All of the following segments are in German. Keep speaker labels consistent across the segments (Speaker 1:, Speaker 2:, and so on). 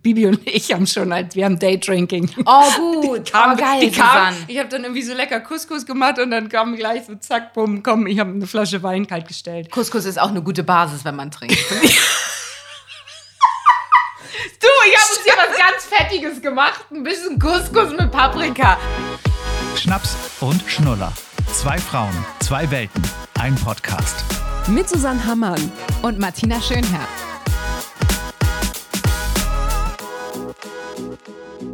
Speaker 1: Bibi und ich haben schon halt, wir haben Daydrinking.
Speaker 2: Oh, gut.
Speaker 1: Die kamen-
Speaker 2: oh, geil,
Speaker 1: die kamen,
Speaker 2: Susanne.
Speaker 1: ich habe dann irgendwie so lecker Couscous gemacht und dann kam gleich so zack, bumm, komm, ich habe eine Flasche Wein kalt gestellt.
Speaker 2: Couscous ist auch eine gute Basis, wenn man trinkt.
Speaker 1: Du, ich habe uns hier was ganz Fettiges gemacht. Ein bisschen Couscous mit Paprika.
Speaker 3: Schnaps und Schnuller. Zwei Frauen, zwei Welten, ein Podcast.
Speaker 4: Mit Susanne Hammann.
Speaker 2: Und Martina Schönherr.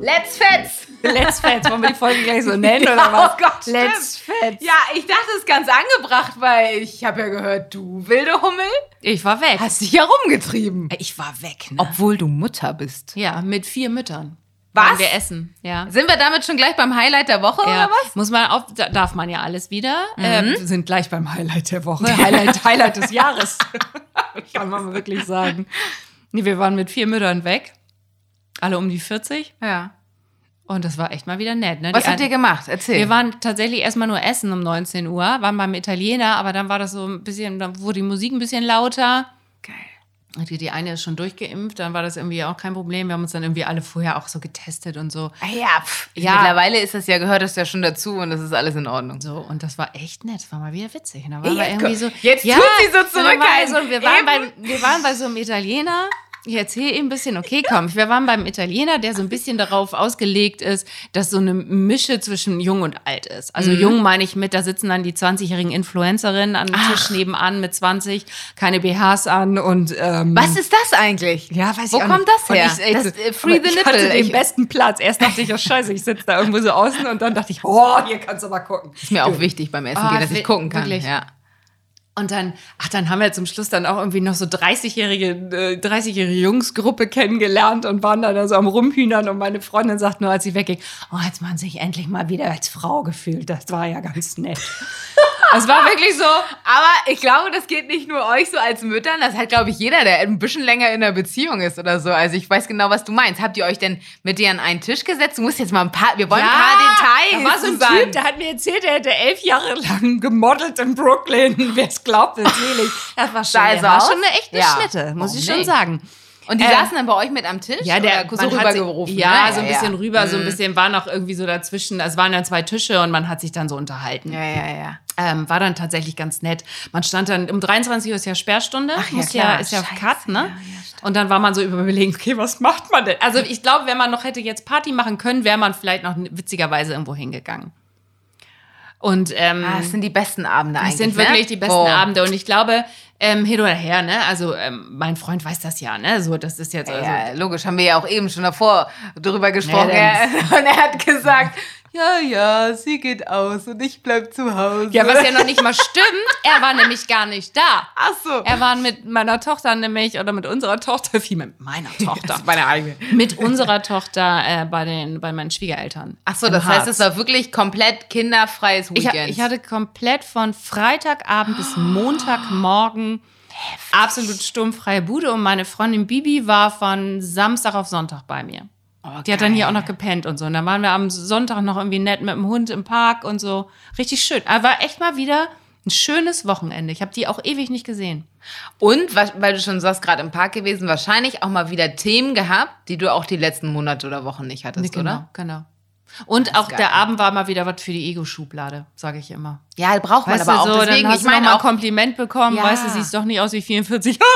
Speaker 2: Let's fetz!
Speaker 1: Let's Fets, wollen wir die Folge gleich so nennen
Speaker 2: Ja,
Speaker 1: oder was?
Speaker 2: oh Gott, stimmt.
Speaker 1: Let's Fets.
Speaker 2: Ja, ich dachte, es ist ganz angebracht, weil ich habe ja gehört, du wilde Hummel
Speaker 1: Ich war weg.
Speaker 2: hast dich ja rumgetrieben.
Speaker 1: Ich war weg, ne?
Speaker 2: Obwohl du Mutter bist.
Speaker 1: Ja, mit vier Müttern.
Speaker 2: Was?
Speaker 1: Waren wir essen, ja.
Speaker 2: Sind wir damit schon gleich beim Highlight der Woche
Speaker 1: Ja,
Speaker 2: oder was?
Speaker 1: muss man auf, da- darf man ja alles wieder. Ähm, wir sind gleich beim Highlight der Woche, Highlight, Highlight des Jahres, kann man wirklich sagen. Nee, wir waren mit vier Müttern weg, alle um die 40
Speaker 2: Ja.
Speaker 1: und das war echt mal wieder nett. Ne?
Speaker 2: Was
Speaker 1: die
Speaker 2: habt ihr
Speaker 1: ein-
Speaker 2: gemacht? Erzähl.
Speaker 1: wir waren tatsächlich erstmal nur essen um 19 Uhr, waren beim Italiener, aber dann war das so ein bisschen, dann wurde die Musik ein bisschen lauter.
Speaker 2: geil.
Speaker 1: Die, die eine ist schon durchgeimpft, dann war das irgendwie auch kein Problem. Wir haben uns dann irgendwie alle vorher auch so getestet und so.
Speaker 2: Ah ja, pff.
Speaker 1: Ja.
Speaker 2: Mittlerweile ist das ja, gehört das ja schon dazu und das ist alles in Ordnung.
Speaker 1: So, und das war echt nett, das war mal wieder witzig. Und da waren
Speaker 2: Ja,
Speaker 1: wir irgendwie so,
Speaker 2: guck, jetzt tut sie so also
Speaker 1: und dann waren wir so,
Speaker 2: zurückhaltend.
Speaker 1: wir, waren bei, wir waren bei so einem Italiener. Ich erzähle ihm ein bisschen, okay, komm, wir waren beim Italiener, der so ein bisschen darauf ausgelegt ist, dass so eine Mische zwischen jung und alt ist. Also
Speaker 2: Mhm.
Speaker 1: jung meine ich mit, da sitzen dann die 20-jährigen Influencerinnen an dem Tisch nebenan mit 20, keine BHs an und ähm,
Speaker 2: Was ist das eigentlich?
Speaker 1: ja, weiß
Speaker 2: Wo
Speaker 1: ich auch
Speaker 2: kommt
Speaker 1: nicht.
Speaker 2: das her?
Speaker 1: Und ich, ey,
Speaker 2: Das,
Speaker 1: so-
Speaker 2: äh, free
Speaker 1: aber
Speaker 2: the
Speaker 1: ich hatte
Speaker 2: nipple.
Speaker 1: den
Speaker 2: Ich-
Speaker 1: besten Platz. Erst dachte ich, oh scheiße, ich sitze da irgendwo so außen und dann dachte ich, oh, hier kannst du mal gucken.
Speaker 2: Ist mir auch wichtig beim Essen
Speaker 1: Ah,
Speaker 2: gehen, dass
Speaker 1: wi-
Speaker 2: ich gucken kann.
Speaker 1: wirklich.
Speaker 2: Ja.
Speaker 1: Und dann, ach, dann haben wir zum Schluss dann auch irgendwie noch so 30-jährige, äh, 30-jährige Jungsgruppe kennengelernt und waren dann da so am Rumhühnern und meine Freundin sagt nur, als sie wegging, oh, jetzt man sich endlich mal wieder als Frau gefühlt. Das war ja ganz nett. Es war wirklich so,
Speaker 2: Aber ich glaube, das geht nicht nur euch so als Müttern, das hat, glaube ich, jeder, der ein bisschen länger in einer Beziehung ist oder so. Also ich weiß genau, was du meinst. Habt ihr euch denn mit dir an einen Tisch gesetzt? Du musst jetzt mal ein paar, wir wollen ein
Speaker 1: Da
Speaker 2: paar
Speaker 1: war
Speaker 2: Details
Speaker 1: so ein
Speaker 2: Susanne.
Speaker 1: Typ, der hat mir erzählt, er hätte elf Jahre lang gemodelt in Brooklyn. Wer es glaubt, ist selig. Das war schon,
Speaker 2: Sah
Speaker 1: der
Speaker 2: es
Speaker 1: war
Speaker 2: aus?
Speaker 1: schon eine echte
Speaker 2: Ja.
Speaker 1: Schnitte, muss
Speaker 2: Oh,
Speaker 1: ich
Speaker 2: nee.
Speaker 1: schon sagen.
Speaker 2: Und die
Speaker 1: Ähm,
Speaker 2: saßen dann bei euch mit am Tisch? oder so
Speaker 1: man hat sich-
Speaker 2: rübergerufen.
Speaker 1: Ja, Mhm.
Speaker 2: ne?
Speaker 1: so ein bisschen
Speaker 2: ja.
Speaker 1: rüber, so ein bisschen war noch irgendwie so dazwischen. Es waren dann zwei Tische und man hat sich dann so unterhalten.
Speaker 2: Ja, ja, ja.
Speaker 1: Ähm, war dann tatsächlich ganz nett. Man stand dann, um 23 Uhr ist ja Sperrstunde,
Speaker 2: ja,
Speaker 1: muss ja,
Speaker 2: klar.
Speaker 1: ist ja
Speaker 2: Scheiße,
Speaker 1: Cut, ne?
Speaker 2: ja, ja, stimmt.
Speaker 1: und dann war man so überlegen, okay, was macht man denn? Also ich glaube, wenn man noch hätte jetzt Party machen können, wäre man vielleicht noch witzigerweise irgendwo hingegangen. Und ähm,
Speaker 2: Ah, das sind die besten Abende eigentlich.
Speaker 1: das sind wirklich
Speaker 2: ne?
Speaker 1: die besten
Speaker 2: Oh.
Speaker 1: Abende. Und ich glaube, ähm, hin oder her, ne? Also ähm, mein Freund weiß das ja, ne? So, das ist jetzt also,
Speaker 2: Ja, logisch, haben wir ja auch eben schon davor drüber gesprochen.
Speaker 1: Ja,
Speaker 2: er, und er hat gesagt, ja, ja, sie geht aus und ich bleib zu Hause.
Speaker 1: Ja, was ja noch nicht mal stimmt, er war nämlich gar nicht da.
Speaker 2: Ach so.
Speaker 1: Er war mit meiner Tochter nämlich oder mit unserer Tochter, viel mit meiner Tochter,
Speaker 2: meine eigene.
Speaker 1: mit unserer Tochter äh, bei, den, bei meinen Schwiegereltern.
Speaker 2: Ach so,
Speaker 1: im
Speaker 2: das heißt,
Speaker 1: Harz.
Speaker 2: es war wirklich komplett kinderfreies
Speaker 1: Ich, ha-
Speaker 2: Weekend.
Speaker 1: ich hatte komplett von Freitagabend bis Montagmorgen absolut sturmfreie Bude und meine Freundin Bibi war von Samstag auf Sonntag bei mir.
Speaker 2: Oh,
Speaker 1: Die hat dann hier auch noch gepennt und so. Und dann waren wir am Sonntag noch irgendwie nett mit dem Hund im Park und so. Richtig schön. Aber war echt mal wieder ein schönes Wochenende. Ich habe die auch ewig nicht gesehen.
Speaker 2: und wa- weil du schon sagst, gerade im Park gewesen, wahrscheinlich auch mal wieder Themen gehabt, die du auch die letzten Monate oder Wochen nicht hattest,
Speaker 1: genau,
Speaker 2: oder?
Speaker 1: genau. Und auch
Speaker 2: geil.
Speaker 1: der Abend war mal wieder was für die Ego-Schublade, sage ich immer.
Speaker 2: Ja, braucht man
Speaker 1: Weißt
Speaker 2: aber
Speaker 1: du,
Speaker 2: auch.
Speaker 1: so,
Speaker 2: Deswegen,
Speaker 1: dann hast
Speaker 2: ich
Speaker 1: du noch
Speaker 2: meine
Speaker 1: mal ein
Speaker 2: auch,
Speaker 1: Kompliment bekommen,
Speaker 2: Ja.
Speaker 1: weißt du, siehst doch nicht aus wie 44.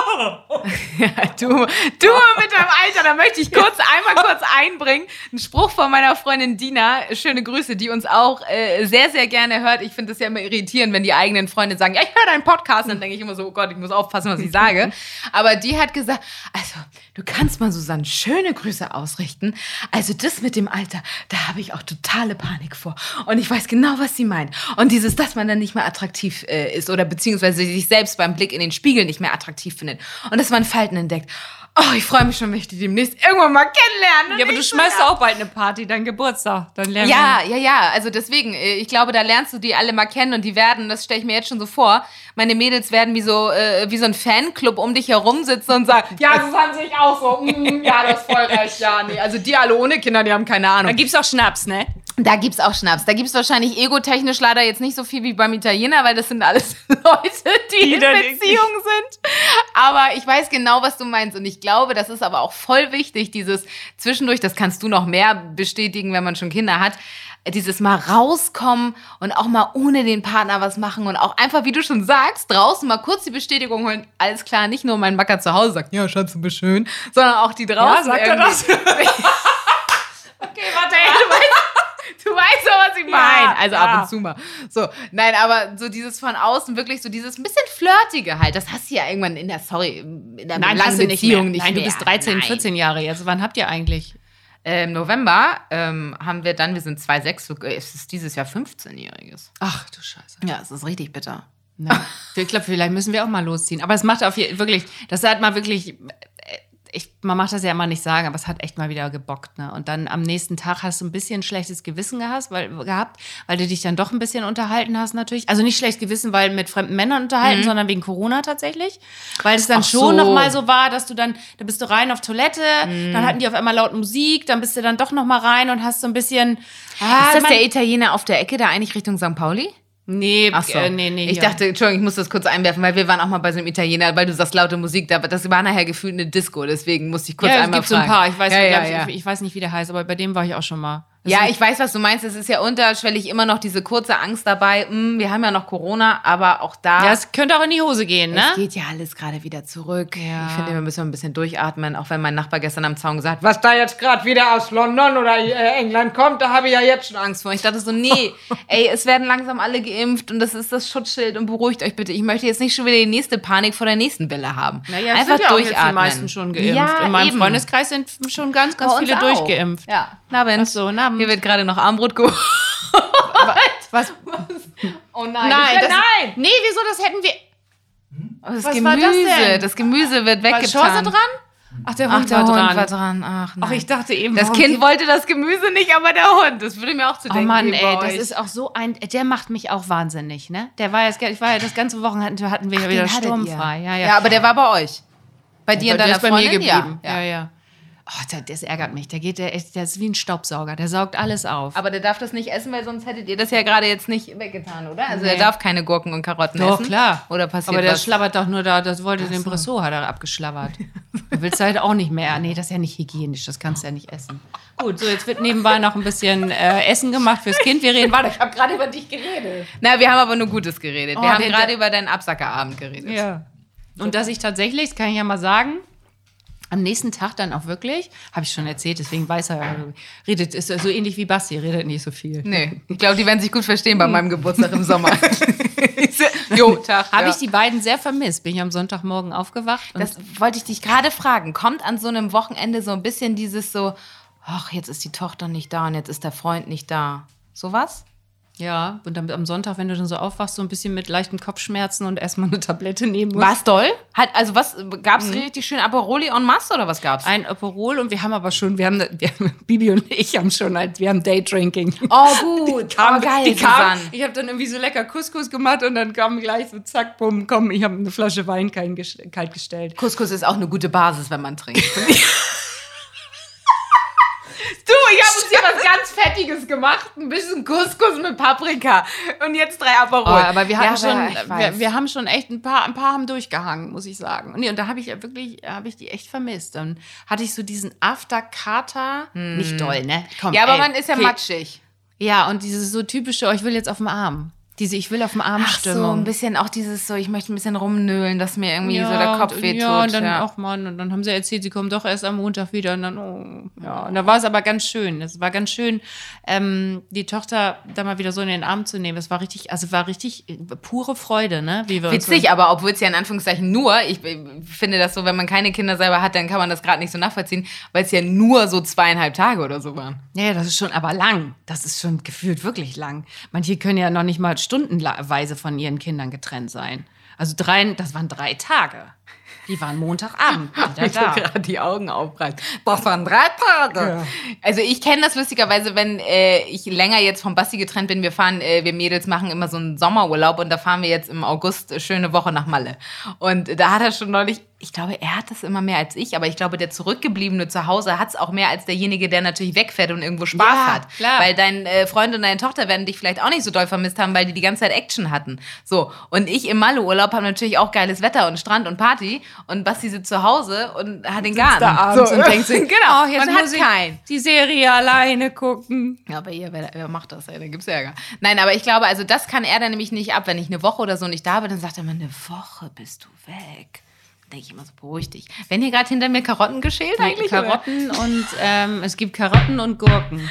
Speaker 2: Du, du mit deinem Alter, da möchte ich kurz einmal kurz einbringen. Ein Spruch von meiner Freundin Dina, schöne Grüße, die uns auch äh, sehr, sehr gerne hört. Ich finde das ja immer irritierend, wenn die eigenen Freunde sagen, ja, ich höre deinen Podcast. Dann denke ich immer so, oh Gott, ich muss aufpassen, was ich sage. Aber die hat gesagt, also, du kannst mal Susanne schöne Grüße ausrichten. Also das mit dem Alter, da habe ich auch totale Panik vor. Und ich weiß genau, was sie meint. Und dieses, dass man dann nicht mehr attraktiv äh, ist oder beziehungsweise sich selbst beim Blick in den Spiegel nicht mehr attraktiv findet. Und dass man Falten entdeckt. Oh, ich freue mich schon, wenn ich die demnächst irgendwann mal kennenlerne.
Speaker 1: Ja, aber du
Speaker 2: Ich so,
Speaker 1: schmeißt
Speaker 2: ja.
Speaker 1: auch bald eine Party, dein Geburtstag. Dann lernen
Speaker 2: Ja, ja, ja. Also deswegen, äh, ich glaube, da lernst du die alle mal kennen und die werden, das stelle ich mir jetzt schon so vor, meine Mädels werden wie so, äh, wie so ein Fanclub um dich herum sitzen und sagen, ja, das haben sich auch so, mm, ja, das ist voll recht, ja, nee. Also die alle ohne Kinder, die haben keine Ahnung.
Speaker 1: gibt's auch Schnaps, ne?
Speaker 2: Da gibt's auch Schnaps. Da gibt's wahrscheinlich egotechnisch leider jetzt nicht so viel wie beim Italiener, weil das sind alles Leute, die,
Speaker 1: Die
Speaker 2: in
Speaker 1: dann
Speaker 2: Beziehung sind. Aber ich weiß genau, was du meinst. Und ich glaube, das ist aber auch voll wichtig, dieses zwischendurch, das kannst du noch mehr bestätigen, wenn man schon Kinder hat, dieses mal rauskommen und auch mal ohne den Partner was machen und auch einfach, wie du schon sagst, draußen mal kurz die Bestätigung holen. Alles klar, nicht nur mein Macker zu Hause sagt, ja, Schatz, du bist schön, sondern auch die draußen. irgendwie.
Speaker 1: okay, warte.
Speaker 2: Du weißt doch, was ich meine. also
Speaker 1: ja.
Speaker 2: ab und zu mal. So, nein, aber so dieses von außen wirklich so dieses ein bisschen flirtige halt, das hast du ja irgendwann in der sorry, in der
Speaker 1: Nein,
Speaker 2: langen
Speaker 1: hast du nicht mehr.
Speaker 2: Beziehung nicht
Speaker 1: Nein,
Speaker 2: mehr.
Speaker 1: du bist 13,
Speaker 2: Nein.
Speaker 1: 14 Jahre jetzt. Wann habt ihr eigentlich?
Speaker 2: Äh, Im November ähm, haben wir dann, wir sind 2,6, äh, es ist dieses Jahr 15-Jähriges.
Speaker 1: Ach du Scheiße.
Speaker 2: Ja, es ist richtig bitter.
Speaker 1: Na, ich glaube, vielleicht müssen wir auch mal losziehen. Aber es macht auf jeden wirklich, das hat mal wirklich, äh, ich, man macht das ja immer nicht sagen, aber es hat echt mal wieder gebockt. Ne? Und dann am nächsten Tag hast du ein bisschen schlechtes Gewissen gehasst, weil, gehabt, weil du dich dann doch ein bisschen unterhalten hast natürlich. Also nicht schlecht Gewissen, weil mit fremden Männern unterhalten, sondern wegen Corona tatsächlich. Weil es dann
Speaker 2: Mhm. Ach
Speaker 1: schon
Speaker 2: so. Mhm.
Speaker 1: noch mal so war, dass du dann, da bist du rein auf Toilette, dann hatten die auf einmal laut Musik, dann bist du dann doch noch mal rein und hast so ein bisschen... Ah,
Speaker 2: Ist das
Speaker 1: man-
Speaker 2: der Italiener auf der Ecke da eigentlich Richtung St. Pauli?
Speaker 1: nee,
Speaker 2: Ach so.
Speaker 1: äh, nee, nee.
Speaker 2: ich
Speaker 1: ja.
Speaker 2: dachte, Entschuldigung, ich muss das kurz einwerfen, weil wir waren auch mal bei so einem Italiener, weil du sagst laute Musik, da- das war nachher gefühlt eine Disco, deswegen musste ich kurz
Speaker 1: ja,
Speaker 2: einmal
Speaker 1: es gibt so ein
Speaker 2: fragen.
Speaker 1: paar. Ich weiß,
Speaker 2: Ja, ja,
Speaker 1: glaub,
Speaker 2: ja.
Speaker 1: Ich, ich weiß nicht, wie der heißt, aber bei dem war ich auch schon mal. Das
Speaker 2: Ja,
Speaker 1: ist-
Speaker 2: ich weiß, was du meinst. Es ist ja unterschwellig immer noch diese kurze Angst dabei. Hm, wir haben ja noch Corona, aber auch da.
Speaker 1: ja, es könnte auch in die Hose gehen,
Speaker 2: es
Speaker 1: ne?
Speaker 2: geht ja alles gerade wieder zurück.
Speaker 1: Ja.
Speaker 2: Ich finde, wir müssen ein bisschen durchatmen, auch wenn mein Nachbar gestern am Zaun gesagt hat, was da jetzt gerade wieder aus London oder äh, England kommt, da habe ich ja jetzt schon Angst vor. Ich dachte so, nee, ey, es werden langsam alle geimpft und das ist das Schutzschild und beruhigt euch bitte. Ich möchte jetzt nicht schon wieder die nächste Panik vor der nächsten Welle haben.
Speaker 1: Naja, es
Speaker 2: Einfach
Speaker 1: sind ja auch
Speaker 2: durchatmen.
Speaker 1: jetzt die meisten schon geimpft.
Speaker 2: Ja,
Speaker 1: in meinem
Speaker 2: eben.
Speaker 1: Freundeskreis sind schon ganz, ganz
Speaker 2: Bei uns
Speaker 1: viele
Speaker 2: auch.
Speaker 1: durchgeimpft.
Speaker 2: Ja, na,
Speaker 1: Ach
Speaker 2: wenn
Speaker 1: so, na,
Speaker 2: Hier wird gerade noch Armbrot geholt.
Speaker 1: was?
Speaker 2: Oh
Speaker 1: Nein, das, Nee, wieso, das hätten wir.
Speaker 2: Oh, das
Speaker 1: Was
Speaker 2: Gemüse,
Speaker 1: war das denn?
Speaker 2: das Gemüse wird
Speaker 1: War
Speaker 2: weggetan.
Speaker 1: Chance dran? Ach, der
Speaker 2: Ach,
Speaker 1: Hund
Speaker 2: der
Speaker 1: war
Speaker 2: Hund
Speaker 1: dran.
Speaker 2: war dran. Ach, nein.
Speaker 1: Ach, ich dachte eben,
Speaker 2: das
Speaker 1: warum
Speaker 2: Kind
Speaker 1: geht-
Speaker 2: wollte das Gemüse nicht, aber der Hund. Das würde mir auch zu
Speaker 1: Oh
Speaker 2: denken.
Speaker 1: Mann,
Speaker 2: geben
Speaker 1: ey,
Speaker 2: bei
Speaker 1: das
Speaker 2: euch.
Speaker 1: ist auch so ein. Der macht mich auch wahnsinnig, ne? Der war ja, ich war ja das ganze Wochen hatten, hatten wir ja wieder
Speaker 2: Den hattet
Speaker 1: sturmfrei.
Speaker 2: ihr.
Speaker 1: Ja, ja.
Speaker 2: ja, aber der war bei euch. Bei dir und
Speaker 1: der
Speaker 2: deiner
Speaker 1: ist bei mir
Speaker 2: Freundin?
Speaker 1: geblieben.
Speaker 2: Ja.
Speaker 1: Ja,
Speaker 2: Ja.
Speaker 1: ja. Oh, der, das ärgert mich. Der geht, der, ist- der ist wie ein Staubsauger. Der saugt alles auf.
Speaker 2: Aber der darf das nicht essen, weil sonst hättet ihr das ja gerade jetzt nicht weggetan, oder? Also er
Speaker 1: Nee.
Speaker 2: darf keine Gurken und Karotten
Speaker 1: Doch,
Speaker 2: essen.
Speaker 1: klar.
Speaker 2: Oder passiert
Speaker 1: Aber der
Speaker 2: was?
Speaker 1: schlabbert doch nur da, das wollte den Bressot hat er abgeschlabbert. du willst halt auch nicht mehr. Nee, das ist ja nicht hygienisch, das kannst du ja nicht essen. Gut, so jetzt wird nebenbei noch ein bisschen äh, Essen gemacht fürs Kind. Wir reden weiter. Ich habe gerade über dich geredet.
Speaker 2: Na, wir haben aber nur Gutes geredet.
Speaker 1: Oh,
Speaker 2: wir haben
Speaker 1: der-
Speaker 2: gerade
Speaker 1: der-
Speaker 2: über deinen Absackerabend geredet.
Speaker 1: Ja. Und dass ich tatsächlich, das kann ich ja mal sagen, am nächsten Tag dann auch wirklich, habe ich schon erzählt, deswegen weiß er, äh, redet, ist so ähnlich wie Basti, redet nicht so viel.
Speaker 2: Nee, ich glaube, die werden sich gut verstehen bei meinem Geburtstag im Sommer. jo, Tag.
Speaker 1: Habe
Speaker 2: ja.
Speaker 1: ich die beiden sehr vermisst. Bin ich am Sonntagmorgen aufgewacht. und-
Speaker 2: Das wollte ich dich gerade fragen. Kommt an so einem Wochenende so ein bisschen dieses so, ach, jetzt ist die Tochter nicht da und jetzt ist der Freund nicht da. Sowas?
Speaker 1: ja, und dann am Sonntag, wenn du dann so aufwachst, so ein bisschen mit leichten Kopfschmerzen und erstmal eine Tablette nehmen musst.
Speaker 2: War's doll? Hat, also was, gab's richtig schön Aperoli en masse oder was gab's?
Speaker 1: Ein Aperol und wir haben aber schon, wir haben, wir haben Bibi und ich haben schon halt, wir haben Daydrinking.
Speaker 2: Oh, gut.
Speaker 1: Kam-
Speaker 2: oh, geil,
Speaker 1: die kam,
Speaker 2: Susanne.
Speaker 1: ich habe dann irgendwie so lecker Couscous gemacht und dann kam gleich so zack, bumm, komm, ich habe eine Flasche Wein kein, ges- kalt gestellt.
Speaker 2: Couscous ist auch eine gute Basis, wenn man trinkt. du, ich habe uns hier was ganz Fettiges gemacht. Ein bisschen Couscous mit Paprika. Und jetzt drei Aperol.
Speaker 1: Oh, aber wir hatten
Speaker 2: Ja, aber ich
Speaker 1: schon,
Speaker 2: weiß.
Speaker 1: wir, wir haben schon echt ein paar, ein paar haben durchgehangen, muss ich sagen. Nee, und da habe ich ja wirklich, habe ich die echt vermisst. Dann hatte ich so diesen Afterkater, nicht doll, ne? Komm,
Speaker 2: Hm. ja, aber
Speaker 1: ey,
Speaker 2: man ist ja
Speaker 1: okay.
Speaker 2: matschig.
Speaker 1: Ja, und dieses so typische, oh, ich will jetzt auf dem Arm. Diese ich will auf dem Arm
Speaker 2: Ach so,
Speaker 1: Stimmung.
Speaker 2: ein bisschen auch dieses so, ich möchte ein bisschen rumnölen, dass mir irgendwie so der
Speaker 1: Ja,
Speaker 2: Kopf
Speaker 1: und,
Speaker 2: wehtut.
Speaker 1: Ja, und dann
Speaker 2: ja.
Speaker 1: auch, Mann. Und dann haben sie erzählt, sie kommen doch erst am Montag wieder. Und dann, oh, ja. Und da war es aber ganz schön. Es war ganz schön, ähm, die Tochter da mal wieder so in den Arm zu nehmen. Es war richtig, also war richtig äh, pure Freude, ne? Wie wir uns
Speaker 2: Witzig, aber obwohl es ja in Anführungszeichen nur, ich äh, finde das so, wenn man keine Kinder selber hat, dann kann man das gerade nicht so nachvollziehen, weil es ja nur so zweieinhalb Tage oder so waren.
Speaker 1: Ja, ja, das ist schon aber lang. Das ist schon gefühlt wirklich lang. Manche können ja noch nicht mal stundenweise von ihren Kindern getrennt sein. Also drei, das waren drei Tage. Die waren Montagabend wieder
Speaker 2: Ich hab
Speaker 1: da.
Speaker 2: gerade die Augen aufreißt. Das waren drei Tage. Also ich kenne das lustigerweise, wenn äh, ich länger jetzt vom Basti getrennt bin. Wir fahren, äh, wir Mädels machen immer so einen Sommerurlaub und da fahren wir jetzt im August äh, schöne Woche nach Malle. Und da hat er schon neulich ich glaube, er hat das immer mehr als ich, aber ich glaube, der Zurückgebliebene zu Hause hat es auch mehr als derjenige, der natürlich wegfährt und irgendwo Spaß
Speaker 1: Ja,
Speaker 2: hat.
Speaker 1: klar.
Speaker 2: Weil dein äh, Freund und deine Tochter werden dich vielleicht auch nicht so doll vermisst haben, weil die die ganze Zeit Action hatten. So, und ich im Malle-Urlaub habe natürlich auch geiles Wetter und Strand und Party und Basti sitzt zu Hause und hat den Garten.
Speaker 1: da abends
Speaker 2: so.
Speaker 1: und denkt sich,
Speaker 2: genau,
Speaker 1: oh, jetzt
Speaker 2: und hat
Speaker 1: muss ich
Speaker 2: keinen.
Speaker 1: die Serie alleine gucken.
Speaker 2: Ja, aber ihr, wer, wer macht das? Ey? Da gibt's Ärger. Nein, aber ich glaube, also das kann er dann nämlich nicht ab. Wenn ich eine Woche oder so nicht da bin, dann sagt er immer, eine Woche bist du weg. Denke ich immer so, beruhig dich. Wenn ihr gerade hinter mir Karotten geschält eigentlich?
Speaker 1: Karotten und ähm, es gibt Karotten und Gurken.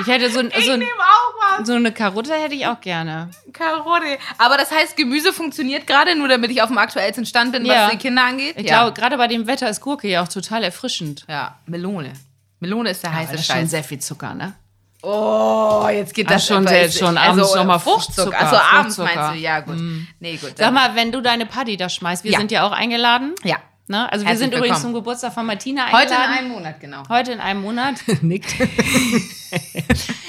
Speaker 1: Ich hätte so, ein- so, ein-
Speaker 2: auch
Speaker 1: so eine Karotte hätte ich auch gerne.
Speaker 2: Karotte. Aber das heißt, Gemüse funktioniert gerade, nur damit ich auf dem aktuellsten Stand bin,
Speaker 1: Ja.
Speaker 2: was die Kinder angeht?
Speaker 1: Ich
Speaker 2: ja.
Speaker 1: glaube, gerade bei dem Wetter ist Gurke ja auch total erfrischend.
Speaker 2: Ja, Melone. Melone ist der
Speaker 1: Aber
Speaker 2: heiße
Speaker 1: das ist schon
Speaker 2: Scheiß.
Speaker 1: sehr viel Zucker, ne?
Speaker 2: Oh, jetzt geht
Speaker 1: Ah, schon sehr- schon abends noch mal
Speaker 2: also Fruchtzucker.
Speaker 1: Fruchtzucker,
Speaker 2: Also abends
Speaker 1: Fruchtzucker. Mhm.
Speaker 2: meinst du, ja gut. Nee, gut.
Speaker 1: Sag mal, wenn du deine Party da schmeißt, wir
Speaker 2: Ja.
Speaker 1: sind ja auch eingeladen.
Speaker 2: Ja.
Speaker 1: Ne? Also wir
Speaker 2: Herzlich
Speaker 1: sind übrigens
Speaker 2: willkommen.
Speaker 1: zum Geburtstag von Martina
Speaker 2: Heute in
Speaker 1: eingeladen.
Speaker 2: einem Monat, genau.
Speaker 1: Heute in einem Monat.
Speaker 2: Nickt.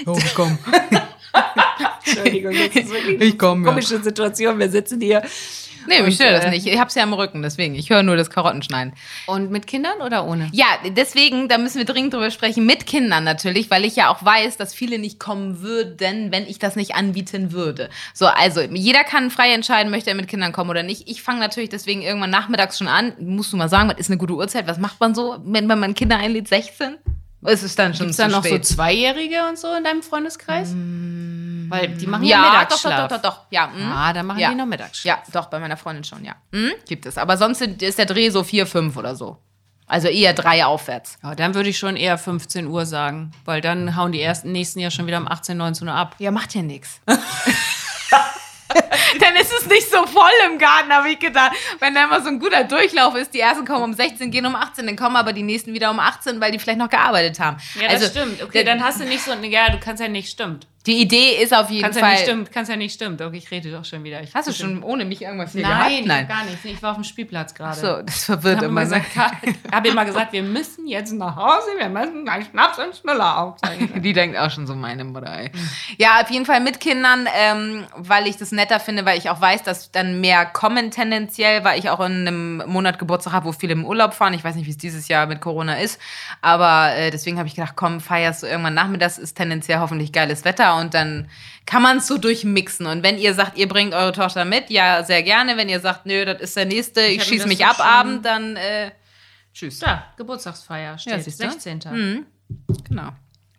Speaker 1: Oh, komm. Entschuldigung, das ist wirklich
Speaker 2: Ich komme. Ja.
Speaker 1: komische Situation. Wir sitzen hier.
Speaker 2: Nee,
Speaker 1: Und,
Speaker 2: mich stört das
Speaker 1: äh,
Speaker 2: nicht. Ich hab's ja am Rücken, deswegen. Ich höre nur das Karottenschneiden.
Speaker 1: Und mit Kindern oder ohne?
Speaker 2: Ja, deswegen, da müssen wir dringend drüber sprechen. Mit Kindern natürlich, weil ich ja auch weiß, dass viele nicht kommen würden, wenn ich das nicht anbieten würde. So, also jeder kann frei entscheiden, möchte er mit Kindern kommen oder nicht. Ich fange natürlich deswegen irgendwann nachmittags schon an. Musst du mal sagen, was ist eine gute Uhrzeit? Was macht man so, wenn wenn man Kinder einlädt? 16? Ist es dann schon
Speaker 1: Gibt es
Speaker 2: zu
Speaker 1: da noch
Speaker 2: spät?
Speaker 1: so Zweijährige und so in deinem Freundeskreis? Weil die machen Mm. ja,
Speaker 2: ja, doch, doch,
Speaker 1: Mittagsschlaf.
Speaker 2: doch, doch, doch. Ja, mhm.
Speaker 1: Ah, da machen
Speaker 2: Ja.
Speaker 1: die noch Mittagsschlaf.
Speaker 2: Ja, doch, bei meiner Freundin schon, ja. Hm? Gibt es. Aber sonst sind- ist der Dreh so 4, 5 oder so. Also eher 3 aufwärts.
Speaker 1: Ja, dann würde ich schon eher 15 Uhr sagen, weil dann hauen die ersten nächsten Jahr schon wieder um 18, 19 Uhr ab.
Speaker 2: Ja, macht ja nichts. Dann ist es nicht so voll im Garten, habe ich gedacht. Wenn da immer so ein guter Durchlauf ist, die ersten kommen um 16, gehen um 18, dann kommen aber die nächsten wieder um 18, weil die vielleicht noch gearbeitet haben. also, der-
Speaker 1: hast du nicht so. Ja, du kannst ja nicht stimmt.
Speaker 2: die Idee ist auf jeden
Speaker 1: Kannst ja
Speaker 2: Fall.
Speaker 1: nicht stimmt. Kannst ja nicht stimmt. Okay, ich rede doch schon wieder. Ich
Speaker 2: Hast du schon ohne mich irgendwas hier
Speaker 1: Nein,
Speaker 2: gehabt? Nein.
Speaker 1: gar nicht. Ich war auf dem Spielplatz gerade.
Speaker 2: So, das
Speaker 1: Ich
Speaker 2: verwirrt
Speaker 1: habe immer,
Speaker 2: immer. ne?
Speaker 1: gesagt, hab immer gesagt, wir müssen jetzt nach Hause, wir müssen einen Schnaps und Schnuller aufzeichnen.
Speaker 2: Die denkt auch schon so meine Mutter. Ey. Mhm. Ja, auf jeden Fall mit Kindern, ähm, weil ich das netter finde, weil ich auch weiß, dass dann mehr kommen tendenziell, weil ich auch in einem Monat Geburtstag habe, wo viele im Urlaub fahren. Ich weiß nicht, wie es dieses Jahr mit Corona ist, aber äh, deswegen habe ich gedacht, komm, feierst du irgendwann nachmittags, ist tendenziell hoffentlich geiles Wetter und dann kann man es so durchmixen. Und wenn ihr sagt, ihr bringt eure Tochter mit, ja, sehr gerne. Wenn ihr sagt, nö, das ist der nächste,
Speaker 1: hab
Speaker 2: ich,
Speaker 1: mir
Speaker 2: schieße
Speaker 1: das
Speaker 2: mich
Speaker 1: so
Speaker 2: ab
Speaker 1: schon-
Speaker 2: Abend, dann äh, tschüss.
Speaker 1: Da, Geburtstagsfeier steht,
Speaker 2: Ja, siehst du?
Speaker 1: 16.
Speaker 2: Genau.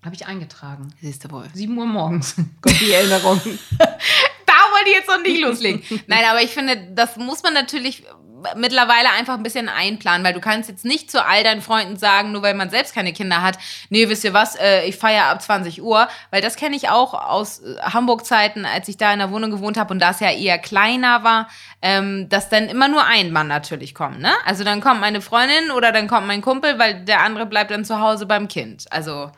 Speaker 1: Habe ich eingetragen.
Speaker 2: Siehst du wohl.
Speaker 1: 7 Uhr morgens kommt die Erinnerung.
Speaker 2: da wollte ich jetzt noch nicht loslegen. Nein, aber ich finde, das muss man natürlich mittlerweile einfach ein bisschen einplanen, weil du kannst jetzt nicht zu all deinen Freunden sagen, nur weil man selbst keine Kinder hat, nee, wisst ihr was, äh, ich feiere ab 20 Uhr, weil das kenne ich auch aus äh, Hamburg-Zeiten, als ich da in der Wohnung gewohnt habe und da es ja eher kleiner war, ähm, dass dann immer nur ein Mann natürlich kommt, ne? Also dann kommt meine Freundin oder dann kommt mein Kumpel, weil der andere bleibt dann zu Hause beim Kind. Also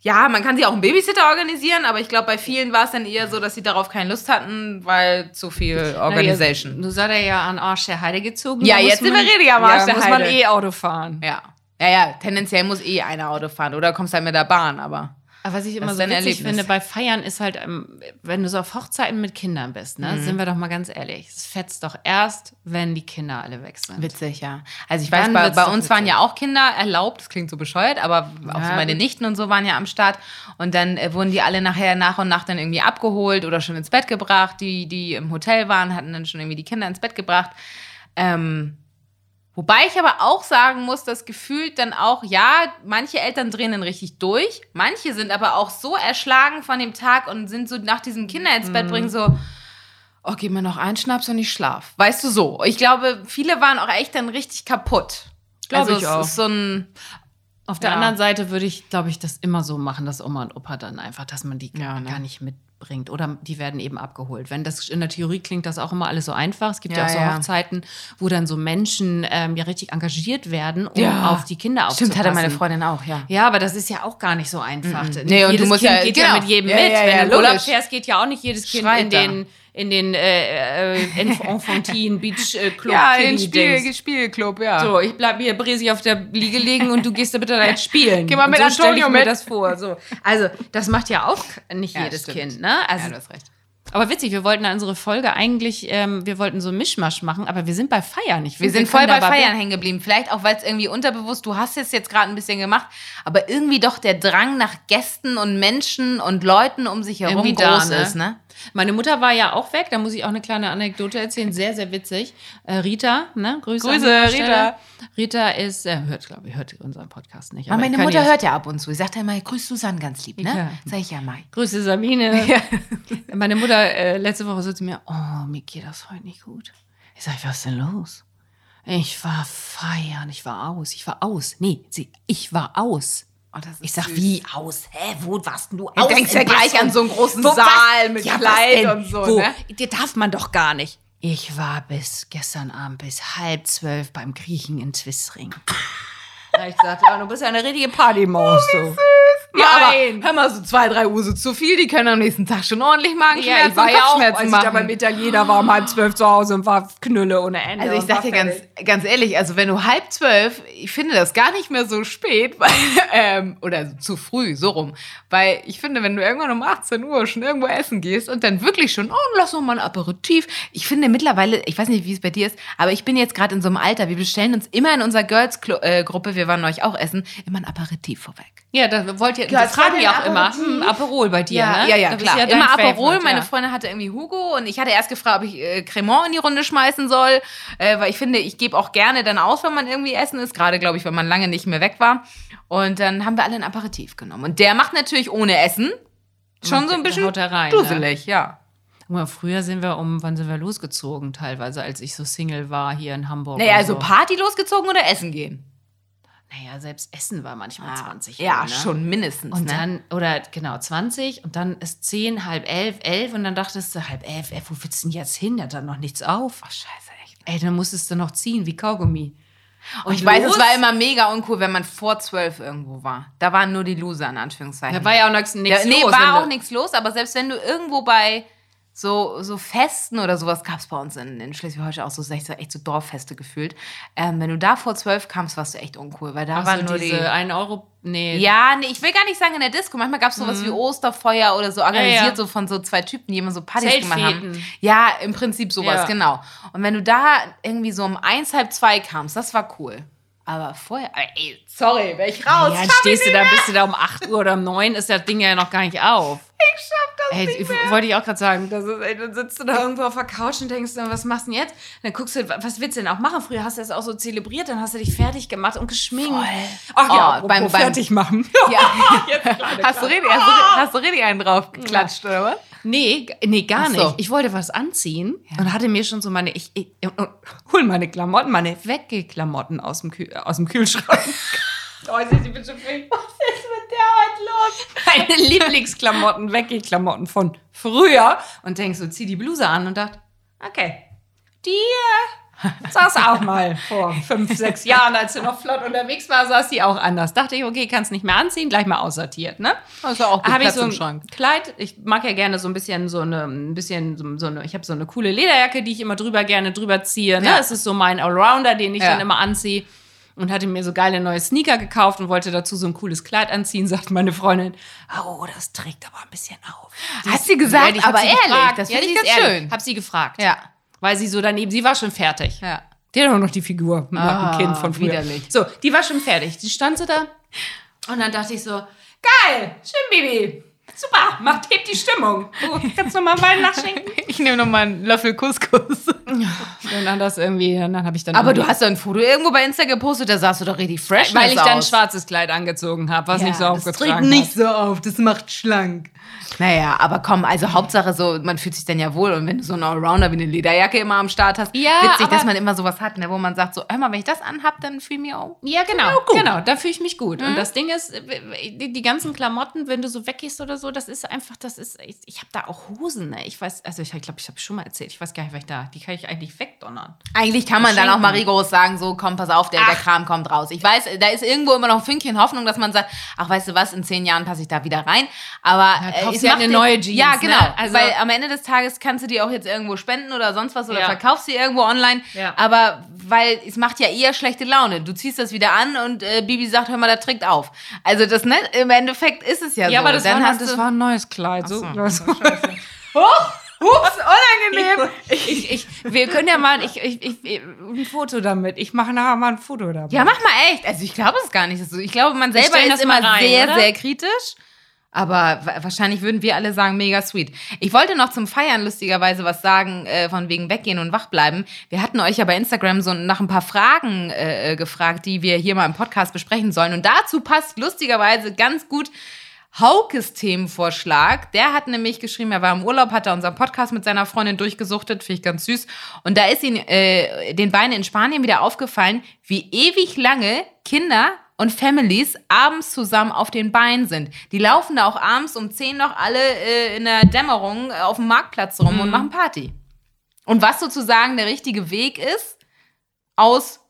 Speaker 2: ja, man kann sich auch einen Babysitter organisieren, aber ich glaube, bei vielen war es dann eher so, dass sie darauf keine Lust hatten, weil zu viel
Speaker 1: Na,
Speaker 2: Organisation.
Speaker 1: ihr- Nun seid ihr ja an Arsch der Heide gezogen.
Speaker 2: Ja,
Speaker 1: Da
Speaker 2: jetzt
Speaker 1: muss
Speaker 2: sind wir richtig am Arsch
Speaker 1: ja,
Speaker 2: der
Speaker 1: muss man
Speaker 2: Heide.
Speaker 1: eh Auto fahren.
Speaker 2: Ja. ja, ja, tendenziell muss eh einer Auto fahren oder kommst halt mit der Bahn, aber.
Speaker 1: Aber was ich immer
Speaker 2: Das
Speaker 1: so
Speaker 2: ist ein
Speaker 1: witzig
Speaker 2: Erlebnis.
Speaker 1: finde bei Feiern ist halt, ähm, wenn du so auf Hochzeiten mit Kindern bist,
Speaker 2: Mhm.
Speaker 1: ne, sind wir doch mal ganz ehrlich, es fetzt doch erst, wenn die Kinder alle weg sind.
Speaker 2: Witzig, ja. Also ich weiß,
Speaker 1: Dann
Speaker 2: bei,
Speaker 1: wird's
Speaker 2: bei
Speaker 1: doch
Speaker 2: uns waren
Speaker 1: witzig.
Speaker 2: ja auch Kinder erlaubt, das klingt so bescheuert, aber auch
Speaker 1: Ja,
Speaker 2: so meine
Speaker 1: gut.
Speaker 2: Nichten und so waren ja am Start. Und dann äh, wurden die alle nachher nach und nach dann irgendwie abgeholt oder schon ins Bett gebracht. Die, die im Hotel waren, hatten dann schon irgendwie die Kinder ins Bett gebracht. Ähm, wobei ich aber auch sagen muss, dass gefühlt dann auch, ja, manche Eltern drehen dann richtig durch, manche sind aber auch so erschlagen von dem Tag und sind so nach diesem Kinder ins Bett bringen so, oh, gib mir noch einen Schnaps und ich schlaf. Weißt du so. Ich glaube, viele waren auch echt dann richtig kaputt.
Speaker 1: Glaube
Speaker 2: also
Speaker 1: ich
Speaker 2: es
Speaker 1: auch.
Speaker 2: ist so ein
Speaker 1: Auf der
Speaker 2: Ja.
Speaker 1: anderen Seite würde ich, glaube ich, das immer so machen, dass Oma und Opa dann einfach, dass man die
Speaker 2: Ja, ne?
Speaker 1: gar nicht mitbringt. Oder die werden eben abgeholt. Wenn das in der Theorie klingt, das auch immer alles so einfach. Es gibt ja,
Speaker 2: Ja,
Speaker 1: auch so
Speaker 2: ja.
Speaker 1: Hochzeiten, wo dann so Menschen ähm, ja richtig engagiert werden, um
Speaker 2: Ja.
Speaker 1: auf die Kinder aufzupassen.
Speaker 2: Stimmt, hatte meine Freundin auch, ja.
Speaker 1: Ja, aber das ist ja auch gar nicht so einfach. Nicht
Speaker 2: Mhm. Nee, und du
Speaker 1: jedes
Speaker 2: musst
Speaker 1: kind
Speaker 2: ja-
Speaker 1: geht
Speaker 2: genau.
Speaker 1: ja mit jedem
Speaker 2: Ja,
Speaker 1: mit.
Speaker 2: ja, ja,
Speaker 1: Wenn du in Urlaub
Speaker 2: logisch.
Speaker 1: fährst, geht ja auch nicht jedes Kind
Speaker 2: Schreit
Speaker 1: in
Speaker 2: da.
Speaker 1: den, in den äh, äh, Inf Enfantin Beach äh, Club. Kiddie Dings.
Speaker 2: Spielclub, ja.
Speaker 1: So, ich bleib hier bresi auf der Liege liegen und du gehst da bitte da jetzt spielen.
Speaker 2: Geh mal
Speaker 1: Und
Speaker 2: mit
Speaker 1: so stell ich
Speaker 2: Antonio
Speaker 1: mir
Speaker 2: mit.
Speaker 1: das vor. So. Also, das macht ja auch nicht
Speaker 2: Ja,
Speaker 1: jedes
Speaker 2: stimmt.
Speaker 1: Kind, ne?
Speaker 2: ja,
Speaker 1: Also,
Speaker 2: du hast recht.
Speaker 1: Aber witzig, wir wollten da unsere Folge eigentlich, ähm, wir wollten so einen Mischmasch machen, aber wir sind bei Feiern. Ich
Speaker 2: Wir
Speaker 1: finde,
Speaker 2: sind voll
Speaker 1: können
Speaker 2: bei
Speaker 1: da aber-
Speaker 2: Feiern hängen geblieben. Vielleicht auch, weil es irgendwie unterbewusst, du hast es jetzt gerade ein bisschen gemacht, aber irgendwie doch der Drang nach Gästen und Menschen und Leuten um sich herum
Speaker 1: Irgendwie da,
Speaker 2: groß
Speaker 1: ne?
Speaker 2: ist, ne?
Speaker 1: Meine Mutter war ja auch weg, da muss ich auch eine kleine Anekdote erzählen, sehr, sehr witzig. Äh, Rita, ne? Grüße. an
Speaker 2: Grüße,
Speaker 1: dieser Stelle.
Speaker 2: Rita.
Speaker 1: Rita ist, äh, hört, glaube ich, hört unseren Podcast nicht.
Speaker 2: Aber
Speaker 1: aber
Speaker 2: Oh, meine
Speaker 1: kann
Speaker 2: Mutter
Speaker 1: ja-
Speaker 2: hört ja ab und zu. Sie sagt ja immer, grüß Susanne ganz lieb,
Speaker 1: Ja.
Speaker 2: ne? Sag ich ja mal.
Speaker 1: Grüße Sabine. Meine Mutter äh, letzte Woche so zu mir, oh, mir geht das heute nicht gut. Ich sage, was ist denn los? Ich war feiern, ich war aus, ich war aus. Nee, sie, ich war aus.
Speaker 2: Oh, das ist
Speaker 1: Ich sag,
Speaker 2: süß.
Speaker 1: wie aus? Hä, wo warst denn du
Speaker 2: Du
Speaker 1: aus?
Speaker 2: denkst
Speaker 1: In
Speaker 2: ja gleich
Speaker 1: was
Speaker 2: an
Speaker 1: und-
Speaker 2: so einen großen
Speaker 1: Wo
Speaker 2: Saal
Speaker 1: was?
Speaker 2: mit
Speaker 1: was
Speaker 2: Kleid
Speaker 1: denn?
Speaker 2: und so,
Speaker 1: Wo?
Speaker 2: ne?
Speaker 1: Die darf man doch gar nicht. Ich war bis gestern Abend bis halb zwölf beim Griechen in Twistring. Da ich sagte, ja, du bist ja eine richtige Partymaus. du.
Speaker 2: Ja,
Speaker 1: Oh, Nein.
Speaker 2: aber hör mal, so zwei, drei Uhr so zu viel, die können am nächsten Tag schon ordentlich Magenschmerzen und Kopfschmerzen machen.
Speaker 1: Italiener war, um halb zwölf zu Hause und war Knülle ohne Ende.
Speaker 2: Also ich sag dir ganz, ganz ehrlich, also wenn du halb zwölf, ich finde das gar nicht mehr so spät, weil, ähm, oder zu früh, so rum. Weil ich finde, wenn du irgendwann um 18 Uhr schon irgendwo essen gehst und dann wirklich schon, oh, lass noch mal ein Aperitif. Ich finde mittlerweile, ich weiß nicht, wie es bei dir ist, aber ich bin jetzt gerade in so einem Alter, wir bestellen uns immer in unserer Girls-Gruppe, wir waren neulich auch essen, immer ein Aperitif vorweg.
Speaker 1: Ja, das wollt ihr,
Speaker 2: Ja,
Speaker 1: das fragen
Speaker 2: es war
Speaker 1: ja
Speaker 2: denn
Speaker 1: auch immer.
Speaker 2: Aperitif?
Speaker 1: Hm, Aperol bei dir,
Speaker 2: Ja,
Speaker 1: ne?
Speaker 2: ja, ja
Speaker 1: Das ist
Speaker 2: klar.
Speaker 1: dein
Speaker 2: Immer Aperol.
Speaker 1: Favorite,
Speaker 2: meine
Speaker 1: ja.
Speaker 2: Freundin hatte irgendwie Hugo und ich hatte erst gefragt, ob ich äh, Cremant in die Runde schmeißen soll, äh, weil ich finde, ich gebe auch gerne dann aus, wenn man irgendwie essen ist. Gerade, glaube ich, wenn man lange nicht mehr weg war. Und dann haben wir alle ein Aperitif genommen. Und der macht natürlich ohne Essen schon
Speaker 1: Macht-
Speaker 2: so ein bisschen
Speaker 1: haut er rein, ne?
Speaker 2: duselig, ja.
Speaker 1: Guck mal, Früher sind wir um, wann sind wir losgezogen teilweise, als ich so Single war hier in Hamburg.
Speaker 2: Naja,
Speaker 1: und
Speaker 2: also
Speaker 1: so.
Speaker 2: Party losgezogen oder essen gehen?
Speaker 1: Naja, selbst Essen war manchmal 20
Speaker 2: Ah, Ja,
Speaker 1: Uhr, ne?
Speaker 2: schon mindestens.
Speaker 1: Und
Speaker 2: ne?
Speaker 1: dann, oder genau, 20 und dann ist 10, halb elf, elf und dann dachtest du, halb elf, elf, wo willst du denn jetzt hin? Da hat dann noch nichts auf.
Speaker 2: oh, scheiße, echt.
Speaker 1: Ey, dann musstest du noch ziehen, wie Kaugummi.
Speaker 2: Und ich weiß, es war immer mega uncool, wenn man vor zwölf irgendwo war. Da waren nur die Loser, in Anführungszeichen.
Speaker 1: Da war ja auch nichts
Speaker 2: Ja,
Speaker 1: nichts
Speaker 2: nee,
Speaker 1: los. wenn
Speaker 2: war auch
Speaker 1: du-
Speaker 2: nichts los, aber selbst wenn du irgendwo bei so, so Festen oder sowas gab es bei uns in, in Schleswig-Holstein auch so, echt so echt so Dorffeste gefühlt. Ähm, wenn du da vor zwölf kamst, warst du echt uncool, weil da
Speaker 1: Ach
Speaker 2: waren
Speaker 1: so,
Speaker 2: nur
Speaker 1: diese 1 Euro, nee.
Speaker 2: die. Ja, nee, ich will gar nicht sagen in der Disco. Manchmal gab es sowas wie Osterfeuer oder so organisiert,
Speaker 1: Mhm. Ja, ja.
Speaker 2: so von so zwei Typen, die immer so Partys gemacht
Speaker 1: Zeltfäden.
Speaker 2: haben. Ja, im Prinzip sowas,
Speaker 1: Ja.
Speaker 2: genau. Und wenn du da irgendwie so um eins, halb zwei kamst, das war cool. Aber vorher, ey, sorry, wär ich raus.
Speaker 1: Ja,
Speaker 2: Schaff
Speaker 1: dann
Speaker 2: ich
Speaker 1: stehst du da, bist du da um 8 Uhr oder um 9, ist das Ding ja noch gar nicht auf.
Speaker 2: nicht, schaff das
Speaker 1: Ey, ich- wollte ich auch gerade sagen, das ist, ey, dann sitzt du da irgendwo auf der Couch und denkst, na, was machst du denn jetzt? Und dann guckst du, wa- was willst du denn auch machen? Früher hast du das auch so zelebriert, dann hast du dich fertig gemacht und geschminkt. Ach
Speaker 2: Oh,
Speaker 1: ja,
Speaker 2: beim-
Speaker 1: beim,
Speaker 2: beim-
Speaker 1: fertig machen.
Speaker 2: Ja.
Speaker 1: Jetzt gerade
Speaker 2: Hast du,
Speaker 1: klar.
Speaker 2: richtig, hast, du, hast du richtig einen drauf geklatscht, oder was?
Speaker 1: Nee, g- nee, gar
Speaker 2: Ach so.
Speaker 1: nicht. Ich wollte was anziehen und hatte mir schon so meine, ich, ich, und- und hol meine Klamotten, meine Weggeklamotten aus dem, Kühl, aus dem Kühlschrank. oh, ich bin schon viel. Was ist mit der heute los? Meine Lieblingsklamotten, Weggeklamotten von früher. Und denkst so, zieh die Bluse an und dachte, okay, die äh, saß auch mal vor fünf, sechs Jahren, als du noch flott unterwegs war, saß die auch anders. Dachte ich, okay, kannst nicht mehr anziehen, gleich mal aussortiert, ne?
Speaker 2: Hast du auch gut
Speaker 1: habe ich
Speaker 2: Platz
Speaker 1: so
Speaker 2: im
Speaker 1: ein
Speaker 2: Schrank.
Speaker 1: Kleid. Ich mag ja gerne so ein bisschen so eine, ein bisschen so, so eine, ich habe so eine coole Lederjacke, die ich immer drüber gerne drüber ziehe. Ne?
Speaker 2: Ja.
Speaker 1: Es ist so mein Allrounder, den ich
Speaker 2: Ja.
Speaker 1: dann immer anziehe. Und hatte mir so geile neue Sneaker gekauft und wollte dazu so ein cooles Kleid anziehen, sagt meine Freundin. Oh, das trägt aber ein bisschen auf.
Speaker 2: Hast du gesagt,
Speaker 1: Ehrlich, ich hab
Speaker 2: aber
Speaker 1: sie
Speaker 2: ehrlich,
Speaker 1: gefragt.
Speaker 2: das
Speaker 1: Ja,
Speaker 2: finde
Speaker 1: sie
Speaker 2: ich
Speaker 1: ist
Speaker 2: ganz
Speaker 1: ehrlich.
Speaker 2: schön.
Speaker 1: Hab sie gefragt.
Speaker 2: Ja.
Speaker 1: Weil sie so daneben, sie war schon fertig.
Speaker 2: Ja.
Speaker 1: Die hat auch noch die Figur nach
Speaker 2: Ah,
Speaker 1: dem Kind von früher.
Speaker 2: widerlich.
Speaker 1: So, die war schon fertig. Die stand so da. Und dann dachte ich so, geil, schön, Baby. Super, macht, hebt die Stimmung. Du kannst nochmal Wein nachschenken.
Speaker 2: Ich nehme nochmal einen Löffel Couscous.
Speaker 1: Und dann das irgendwie, und dann habe ich dann...
Speaker 2: Aber du hast doch ein Foto irgendwo bei Insta gepostet, da sahst du doch richtig fresh aus.
Speaker 1: Weil ich dann ein schwarzes Kleid angezogen habe, was nicht so aufgetragen
Speaker 2: Das trägt nicht
Speaker 1: hat.
Speaker 2: so auf, das macht schlank. Naja, aber komm, also Hauptsache so, man fühlt sich dann ja wohl. Und wenn du so einen Allrounder wie eine Lederjacke immer am Start hast,
Speaker 1: Ja,
Speaker 2: witzig, dass
Speaker 1: aber-
Speaker 2: man immer sowas hat, ne, wo man sagt so, hör mal, wenn ich das anhab, dann fühl mir auch.
Speaker 1: Ja, genau, genau, da fühle ich mich gut. Und das Ding ist, die, die ganzen Klamotten, wenn du so weggehst oder so, das ist einfach, das ist, ich, ich habe da auch Hosen, ne? Ich weiß, also ich glaube, ich habe schon mal erzählt, ich weiß gar nicht, was ich da, die kann ich eigentlich wegdonnern.
Speaker 2: Eigentlich kann man dann auch
Speaker 1: Schenken.
Speaker 2: mal rigoros sagen, so, komm, pass auf, der, der
Speaker 1: Ach.
Speaker 2: Kram kommt raus. Ich weiß, da ist irgendwo immer noch ein Fünkchen Hoffnung, dass man sagt, ach, weißt du was, in zehn Jahren passe ich da wieder rein. Aber
Speaker 1: Ja,
Speaker 2: äh,
Speaker 1: kaufst
Speaker 2: es
Speaker 1: dir
Speaker 2: macht
Speaker 1: eine
Speaker 2: den-
Speaker 1: neue Jeans,
Speaker 2: Ja,
Speaker 1: ne?
Speaker 2: genau.
Speaker 1: Also-
Speaker 2: weil am Ende des Tages kannst du die auch jetzt irgendwo spenden oder sonst was oder
Speaker 1: Ja.
Speaker 2: verkaufst sie irgendwo online.
Speaker 1: Ja.
Speaker 2: Aber weil es macht ja eher schlechte Laune. Du ziehst das wieder an und äh, Bibi sagt, hör mal, da trägt auf. Also das ne,
Speaker 1: Also,
Speaker 2: im Endeffekt ist es ja, so.
Speaker 1: Ja, aber das,
Speaker 2: dann
Speaker 1: war,
Speaker 2: hast
Speaker 1: das
Speaker 2: du,
Speaker 1: war ein neues Kleid. So.
Speaker 2: so.
Speaker 1: Das-
Speaker 2: Ups, unangenehm.
Speaker 1: Ich, ich, wir können ja mal ich, ich, ich, ein Foto damit. Ich mache nachher mal ein Foto damit.
Speaker 2: Ja, mach mal echt. Also ich glaube es gar nicht. dass du- Ich glaube, man selber
Speaker 1: stellen
Speaker 2: ist
Speaker 1: das
Speaker 2: immer
Speaker 1: mal rein,
Speaker 2: sehr,
Speaker 1: oder?
Speaker 2: sehr kritisch. Aber wa- wahrscheinlich würden wir alle sagen, mega sweet. Ich wollte noch zum Feiern lustigerweise was sagen, äh, von wegen weggehen und wach bleiben. Wir hatten euch ja bei Instagram so nach ein paar Fragen äh, äh, gefragt, die wir hier mal im Podcast besprechen sollen. Und dazu passt lustigerweise ganz gut Haukes Themenvorschlag. Der hat nämlich geschrieben, er war im Urlaub, hat da unseren Podcast mit seiner Freundin durchgesuchtet, finde ich ganz süß. Und da ist ihn äh, den beiden in Spanien wieder aufgefallen, wie ewig lange Kinder und Families abends zusammen auf den Beinen sind. Die laufen da auch abends um 10 noch alle äh, in der Dämmerung äh, auf dem Marktplatz rum
Speaker 1: Mhm.
Speaker 2: und machen Party. Und was sozusagen der richtige Weg ist, aus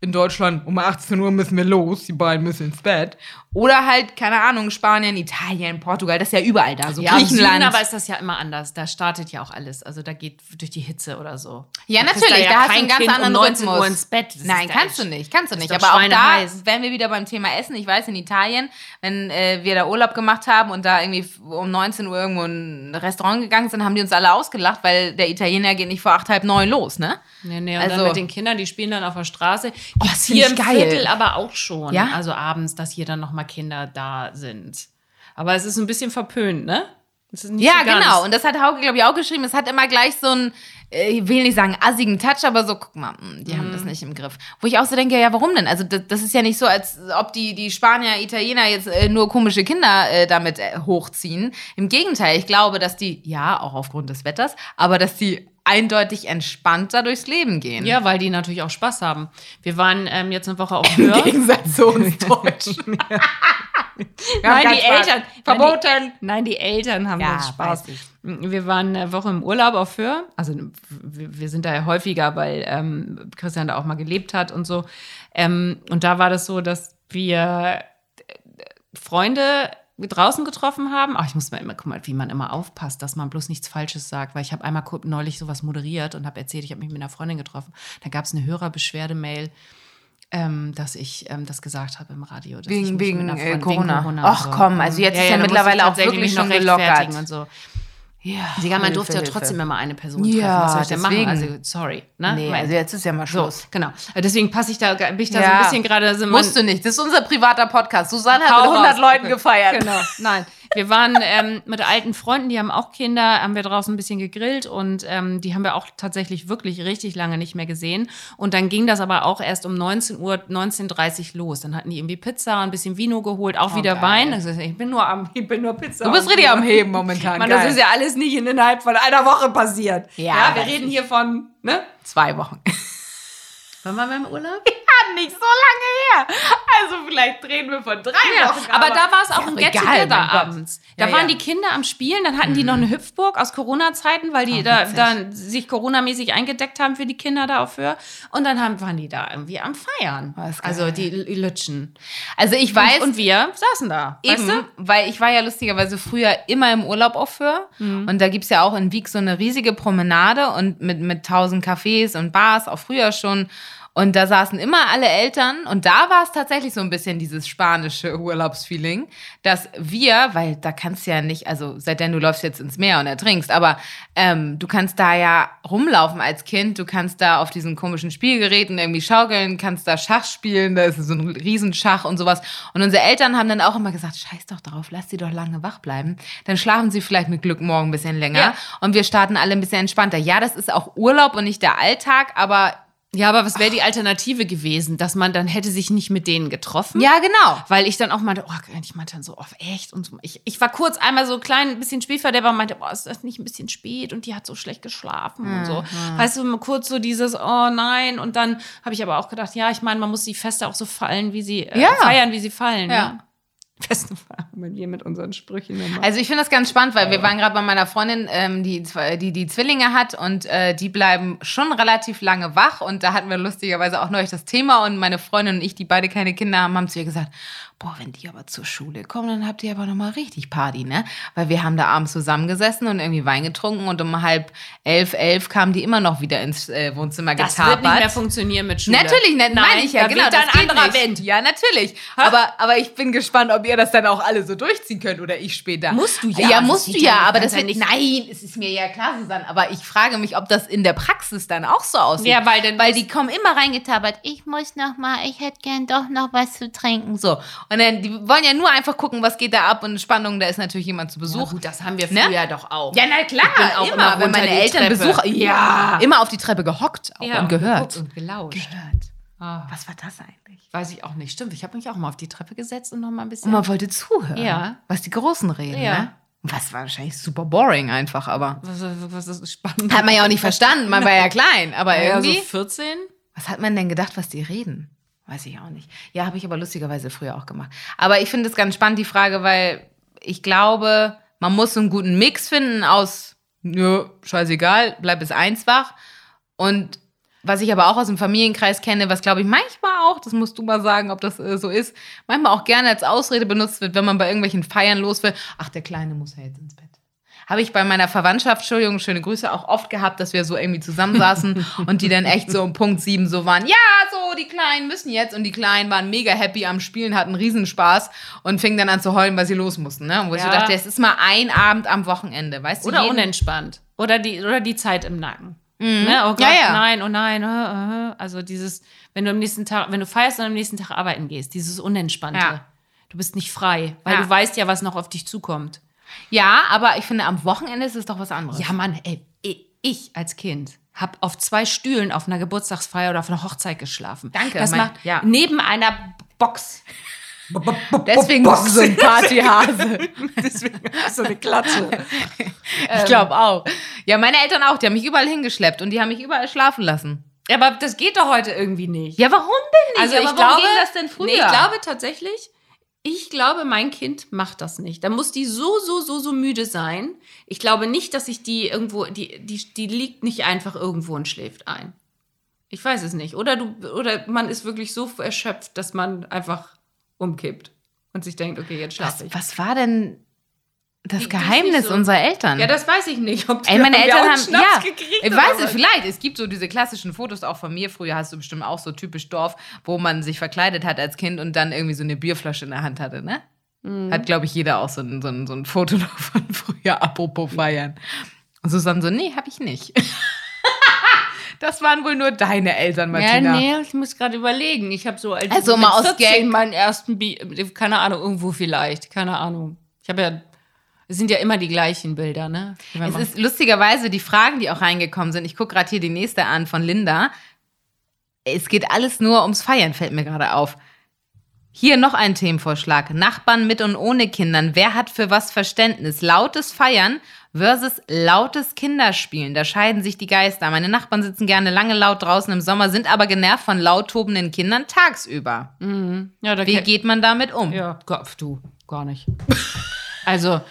Speaker 2: in Deutschland um 18 Uhr müssen wir los, die beiden müssen ins Bett. Oder halt, keine Ahnung, Spanien, Italien, Portugal, das ist ja überall da, so
Speaker 1: Ja, im
Speaker 2: Griechenland.
Speaker 1: Süden aber ist das ja immer anders. Da startet ja auch alles. Also da geht durch die Hitze oder so.
Speaker 2: ja,
Speaker 1: kriegst
Speaker 2: natürlich,
Speaker 1: da
Speaker 2: da,
Speaker 1: ja
Speaker 2: hast du
Speaker 1: kein
Speaker 2: einen ganz
Speaker 1: Kind um
Speaker 2: anderen
Speaker 1: 19
Speaker 2: Rhythmus.
Speaker 1: Uhr ins Bett. Das
Speaker 2: Nein,
Speaker 1: ist ja
Speaker 2: kannst
Speaker 1: echt-
Speaker 2: du nicht, kannst du
Speaker 1: ist
Speaker 2: nicht.
Speaker 1: doch
Speaker 2: Aber auch da
Speaker 1: schweineheiß.
Speaker 2: wären wir wieder beim Thema Essen. Ich weiß, in Italien, wenn äh, wir da Urlaub gemacht haben und da irgendwie f- um 19 Uhr irgendwo in ein Restaurant gegangen sind, haben die uns alle ausgelacht, weil der Italiener geht nicht vor acht, halb neun los, ne?
Speaker 1: Nee, nee, und
Speaker 2: Also-
Speaker 1: dann mit den Kindern, die spielen dann auf der Straße. Gibt's
Speaker 2: das find
Speaker 1: hier
Speaker 2: ich
Speaker 1: im
Speaker 2: geil.
Speaker 1: Viertel aber auch schon.
Speaker 2: Ja?
Speaker 1: Also abends, dass hier dann nochmal Kinder da sind. Aber es ist ein bisschen verpönt, ne? Es ist nicht
Speaker 2: Ja,
Speaker 1: so ganz.
Speaker 2: genau. Und das hat Hauke, glaube ich, auch geschrieben. Es hat immer gleich so einen, äh, ich will nicht sagen assigen Touch, aber so, guck mal, mh, die
Speaker 1: Mhm.
Speaker 2: haben das nicht im Griff. Wo ich auch so denke, ja, warum denn? Also das, das ist ja nicht so, als ob die, die Spanier, Italiener jetzt äh, nur komische Kinder äh, damit äh, hochziehen. Im Gegenteil, ich glaube, dass die, ja, auch aufgrund des Wetters, aber dass die eindeutig entspannter durchs Leben gehen.
Speaker 1: Ja, weil die natürlich auch Spaß haben. Wir waren ähm, jetzt eine Woche auf
Speaker 2: Im
Speaker 1: Hör.
Speaker 2: Gegensatz zu uns Deutschen.
Speaker 1: Nein,
Speaker 2: keinen
Speaker 1: die
Speaker 2: Spaß.
Speaker 1: Eltern.
Speaker 2: Verboten.
Speaker 1: Nein, die, nein, die Eltern haben
Speaker 2: Ja,
Speaker 1: uns Spaß.
Speaker 2: weiß ich.
Speaker 1: Wir waren eine Woche im Urlaub auf Föhr. Also wir wir sind da ja häufiger, weil ähm, Christian da auch mal gelebt hat und so. Ähm, und da war das so, dass wir Freunde draußen getroffen haben. Ach, ich muss mal immer, guck mal, wie man immer aufpasst, dass man bloß nichts Falsches sagt, weil ich habe einmal kur- neulich sowas moderiert und habe erzählt, ich habe mich mit einer Freundin getroffen. Da gab es eine Hörerbeschwerdemail, ähm, dass ich ähm, das gesagt habe im Radio. Dass ich
Speaker 2: Wegen,
Speaker 1: mich
Speaker 2: wegen,
Speaker 1: mit einer
Speaker 2: äh,
Speaker 1: Freundin-
Speaker 2: Corona.
Speaker 1: und
Speaker 2: Ach komm, also jetzt ist
Speaker 1: da
Speaker 2: ja
Speaker 1: muss ich
Speaker 2: mittlerweile auch
Speaker 1: tatsächlich
Speaker 2: wirklich
Speaker 1: mich noch
Speaker 2: schon gelockert.
Speaker 1: rechtfertigen Und so.
Speaker 2: Ja,
Speaker 1: Digga, man
Speaker 2: Hilfe,
Speaker 1: durfte ja
Speaker 2: Hilfe.
Speaker 1: trotzdem immer eine Person treffen.
Speaker 2: Ja,
Speaker 1: Was soll ich denn machen?
Speaker 2: deswegen.
Speaker 1: Also, sorry. Ne?
Speaker 2: Nee,
Speaker 1: Weil-
Speaker 2: also jetzt ist ja mal
Speaker 1: so,
Speaker 2: Schluss.
Speaker 1: genau. Deswegen passe ich da, bin ich da so ein bisschen gerade. also man-
Speaker 2: Musst du nicht. Das ist unser privater Podcast. Susanne
Speaker 1: Hau
Speaker 2: hat mit 100
Speaker 1: raus.
Speaker 2: Leuten gefeiert.
Speaker 1: Genau, nein. Wir waren ähm, mit alten Freunden, die haben auch Kinder, haben wir draußen ein bisschen gegrillt und ähm, die haben wir auch tatsächlich wirklich richtig lange nicht mehr gesehen. Und dann ging das aber auch erst um 19 Uhr, 19.30 Uhr los. Dann hatten die irgendwie Pizza, ein bisschen Vino geholt, auch wieder
Speaker 2: Oh, geil.
Speaker 1: Wein. Also ich bin nur am, ich bin nur Pizza.
Speaker 2: Du bist
Speaker 1: und
Speaker 2: richtig
Speaker 1: Bier.
Speaker 2: am Heben momentan.
Speaker 1: Mann,
Speaker 2: Geil.
Speaker 1: das ist ja alles nicht in- innerhalb von einer Woche passiert.
Speaker 2: Ja,
Speaker 1: wir
Speaker 2: weiß
Speaker 1: reden
Speaker 2: ich.
Speaker 1: hier von, ne?
Speaker 2: zwei Wochen.
Speaker 1: Wann waren wir im Urlaub?
Speaker 2: Nicht so lange her. Also vielleicht drehen wir von drei
Speaker 1: Ja, aber, da war es auch
Speaker 2: Ja,
Speaker 1: ein
Speaker 2: egal, mein
Speaker 1: Get-Together
Speaker 2: Gott.
Speaker 1: abends. Da
Speaker 2: Ja,
Speaker 1: waren
Speaker 2: ja. Mhm.
Speaker 1: die Kinder am Spielen, dann hatten die noch eine Hüpfburg aus Corona-Zeiten, weil die
Speaker 2: Ah,
Speaker 1: da,
Speaker 2: witzig.
Speaker 1: dann sich Corona-mäßig eingedeckt haben für die Kinder da auf Höhe. Und dann haben, waren die da irgendwie am Feiern.
Speaker 2: Oh, ist geil.
Speaker 1: also die L- Lütschen.
Speaker 2: Also ich weiß,
Speaker 1: Und, und wir saßen da.
Speaker 2: Eben,
Speaker 1: Weißt
Speaker 2: weil ich war ja lustigerweise früher immer im Urlaub auf Föhr. Und da gibt's ja auch in Wieg so eine riesige Promenade und mit, mit tausend Cafés und Bars, auch früher schon. Und da saßen immer alle Eltern und da war es tatsächlich so ein bisschen dieses spanische Urlaubsfeeling, dass wir, weil da kannst du ja nicht, also seitdem du läufst jetzt ins Meer und ertrinkst, aber ähm, du kannst da ja rumlaufen als Kind, du kannst da auf diesen komischen Spielgeräten irgendwie schaukeln, kannst da Schach spielen, da ist so ein Riesenschach und sowas. Und unsere Eltern haben dann auch immer gesagt, scheiß doch drauf, lass sie doch lange wach bleiben. Dann schlafen sie vielleicht mit Glück morgen ein bisschen länger
Speaker 1: Ja.
Speaker 2: und wir starten alle ein bisschen entspannter. Ja, das ist auch Urlaub und nicht der Alltag, aber
Speaker 1: du? Ja, aber was wäre die Alternative gewesen, dass man dann hätte sich nicht mit denen getroffen?
Speaker 2: ja, genau.
Speaker 1: Weil ich dann auch meinte, oh, ich meinte dann so, oh, echt? Und so. Ich, ich war kurz einmal so klein, ein bisschen spielverderber und meinte, boah, ist das nicht ein bisschen spät? Und die hat so schlecht geschlafen und so. Weißt du, kurz so dieses, oh nein. Und dann habe ich aber auch gedacht, ja, ich meine, man muss die Feste auch so fallen, wie sie, äh,
Speaker 2: Ja.
Speaker 1: feiern, wie sie fallen.
Speaker 2: Ja.
Speaker 1: Ne? Festen feiern, wenn wir mit unseren Sprüchen immer.
Speaker 2: Also ich finde das ganz spannend, weil wir waren gerade bei meiner Freundin, ähm, die, zwei- die die Zwillinge hat und äh, die bleiben schon relativ lange wach und da hatten wir lustigerweise auch neulich das Thema und meine Freundin und ich, die beide keine Kinder haben, haben zu ihr gesagt, boah, wenn die aber zur Schule kommen, dann habt ihr aber nochmal richtig Party, ne? Weil wir haben da abends zusammengesessen und irgendwie Wein getrunken und um halb elf, elf kamen die immer noch wieder ins äh, Wohnzimmer
Speaker 1: das
Speaker 2: getapert.
Speaker 1: wird nicht mehr funktionieren mit Schule.
Speaker 2: Natürlich, ne,
Speaker 1: Nein,
Speaker 2: meine ich ja,
Speaker 1: da
Speaker 2: genau.
Speaker 1: weht
Speaker 2: das
Speaker 1: ein
Speaker 2: geht
Speaker 1: anderer
Speaker 2: nicht.
Speaker 1: Wind.
Speaker 2: Ja, natürlich. Aber, aber ich bin gespannt, ob ihr ihr das dann auch alle so durchziehen könnt oder ich später.
Speaker 1: Musst du ja.
Speaker 2: Ja,
Speaker 1: Das
Speaker 2: musst
Speaker 1: sieht
Speaker 2: du
Speaker 1: ja
Speaker 2: ja,
Speaker 1: nicht
Speaker 2: aber
Speaker 1: ganz
Speaker 2: das wird
Speaker 1: ehrlich.
Speaker 2: Nein, es ist mir ja klar, Susanne, aber ich frage mich, ob das in der Praxis dann auch so aussieht.
Speaker 1: Ja, weil dann-
Speaker 2: weil die kommen immer reingetabert, ich muss noch mal, ich hätte gern doch noch was zu trinken, so. Und dann, die wollen ja nur einfach gucken, was geht da ab und Spannung, da ist natürlich jemand zu
Speaker 1: Ja,
Speaker 2: Besuch.
Speaker 1: gut, das haben wir
Speaker 2: Ne?
Speaker 1: früher doch auch.
Speaker 2: Ja, na klar,
Speaker 1: Ich bin auch immer
Speaker 2: wenn meine
Speaker 1: runter die
Speaker 2: Eltern
Speaker 1: Treppe.
Speaker 2: Besuch, ja, immer auf die Treppe gehockt auch
Speaker 1: Ja,
Speaker 2: und gehört.
Speaker 1: geguckt Und um gelauscht. Ah,
Speaker 2: Was war das eigentlich?
Speaker 1: weiß ich auch nicht. Stimmt, ich habe mich auch mal auf die Treppe gesetzt und noch mal ein
Speaker 2: Und
Speaker 1: bisschen.
Speaker 2: man wollte zuhören,
Speaker 1: Ja.
Speaker 2: was die Großen reden,
Speaker 1: Ja.
Speaker 2: ne? Was war wahrscheinlich super boring einfach, aber
Speaker 1: was, was ist spannend?
Speaker 2: hat man ja auch nicht verstanden, man war ja klein, aber
Speaker 1: ja, so
Speaker 2: irgendwie
Speaker 1: 14?
Speaker 2: Was hat man denn gedacht, was die reden? Weiß ich auch nicht. Ja, habe ich aber lustigerweise früher auch gemacht. Aber ich finde es ganz spannend, die Frage, weil ich glaube, man muss so einen guten Mix finden aus, nö, scheißegal, bleib bis eins wach. Und was ich aber auch aus dem Familienkreis kenne, was glaube ich manchmal auch, das musst du mal sagen, ob das äh, so ist, manchmal auch gerne als Ausrede benutzt wird, wenn man bei irgendwelchen Feiern los will. Ach, der Kleine muss ja jetzt ins Bett. Habe ich bei meiner Verwandtschaft, Entschuldigung, schöne Grüße, auch oft gehabt, dass wir so irgendwie zusammensaßen und die dann echt so um Punkt sieben so waren, ja, so, die Kleinen müssen jetzt. Und die Kleinen waren mega happy am Spielen, hatten Riesenspaß und fingen dann an zu heulen, weil sie los mussten. Ne? Wo ich so
Speaker 1: Ja.
Speaker 2: dachte, es ist mal ein Abend am Wochenende, weißt du?
Speaker 1: Oder
Speaker 2: jeden-
Speaker 1: unentspannt. Oder die, oder die Zeit im Nacken. Ne? Oh Gott,
Speaker 2: Mhm. Ja, ja.
Speaker 1: nein, oh nein. äh, äh. Also dieses, wenn du am nächsten Tag, wenn du feierst und am nächsten Tag arbeiten gehst, dieses Unentspannte.
Speaker 2: Ja.
Speaker 1: Du bist nicht frei, weil
Speaker 2: Ja.
Speaker 1: du weißt ja, was noch auf dich zukommt.
Speaker 2: Ja, aber ich finde, am Wochenende ist es doch was anderes.
Speaker 1: Ja, Mann, ey, i- ich als Kind habe auf zwei Stühlen auf einer Geburtstagsfeier oder auf einer Hochzeit geschlafen.
Speaker 2: Danke,
Speaker 1: Das
Speaker 2: mein-
Speaker 1: macht
Speaker 2: ja.
Speaker 1: neben einer Box.
Speaker 2: Deswegen bist du so ein Partyhase.
Speaker 1: so eine Klatsche.
Speaker 2: ich glaube auch. Ja, meine Eltern auch. Die haben mich überall hingeschleppt und die haben mich überall schlafen lassen.
Speaker 1: Aber das geht doch heute irgendwie nicht.
Speaker 2: Ja, warum denn
Speaker 1: Also
Speaker 2: nicht? Aber
Speaker 1: ich
Speaker 2: warum
Speaker 1: glaube,
Speaker 2: ging das denn früher?
Speaker 1: Nee, ich glaube tatsächlich, ich glaube, mein Kind macht das nicht. Da muss die so, so, so, so müde sein. Ich glaube nicht, dass ich die irgendwo, die, die, die liegt nicht einfach irgendwo und schläft ein. Ich weiß es nicht. Oder du, oder man ist wirklich so erschöpft, dass man einfach umkippt und sich denkt, okay, jetzt schlafe ich.
Speaker 2: was, was war denn das
Speaker 1: Die- die ist
Speaker 2: Geheimnis
Speaker 1: nicht so-
Speaker 2: unserer Eltern?
Speaker 1: Ja, das weiß ich nicht. Ob die-
Speaker 2: Ey, meine
Speaker 1: ob wir
Speaker 2: Eltern
Speaker 1: auch
Speaker 2: haben,
Speaker 1: Schnaps
Speaker 2: ja,
Speaker 1: gekriegt
Speaker 2: ich
Speaker 1: oder
Speaker 2: weiß es
Speaker 1: was?
Speaker 2: vielleicht. Es gibt so diese klassischen Fotos auch von mir. Früher hast du bestimmt auch so typisch Dorf, wo man sich verkleidet hat als Kind und dann irgendwie so eine Bierflasche in der Hand hatte, ne?
Speaker 1: Mhm.
Speaker 2: Hat, glaube ich, jeder auch so ein, so, ein, so ein Foto davon früher, apropos
Speaker 1: Mhm.
Speaker 2: feiern. Und Susanne so, nee, hab ich nicht. das waren wohl nur deine Eltern,
Speaker 1: Ja,
Speaker 2: Martina.
Speaker 1: nee, ich muss gerade überlegen. Ich habe so als
Speaker 2: Also
Speaker 1: mit
Speaker 2: mal aus
Speaker 1: 14
Speaker 2: Gag.
Speaker 1: meinen ersten Bi keine Ahnung, irgendwo vielleicht, keine Ahnung. Ich habe ja es sind ja immer die gleichen Bilder, ne? Die wir
Speaker 2: Es
Speaker 1: machen.
Speaker 2: ist lustigerweise die Fragen, die auch reingekommen sind. Ich gucke gerade hier die nächste an von Linda. Es geht alles nur ums Feiern, fällt mir gerade auf. Hier noch ein Themenvorschlag. Nachbarn mit und ohne Kindern. Wer hat für was Verständnis? Lautes Feiern versus lautes Kinderspielen. Da scheiden sich die Geister. Meine Nachbarn sitzen gerne lange laut draußen im Sommer, sind aber genervt von laut tobenden Kindern tagsüber.
Speaker 1: ja, da
Speaker 2: Wie
Speaker 1: kenn-
Speaker 2: geht man damit um?
Speaker 1: ja, Gott, du gar nicht. also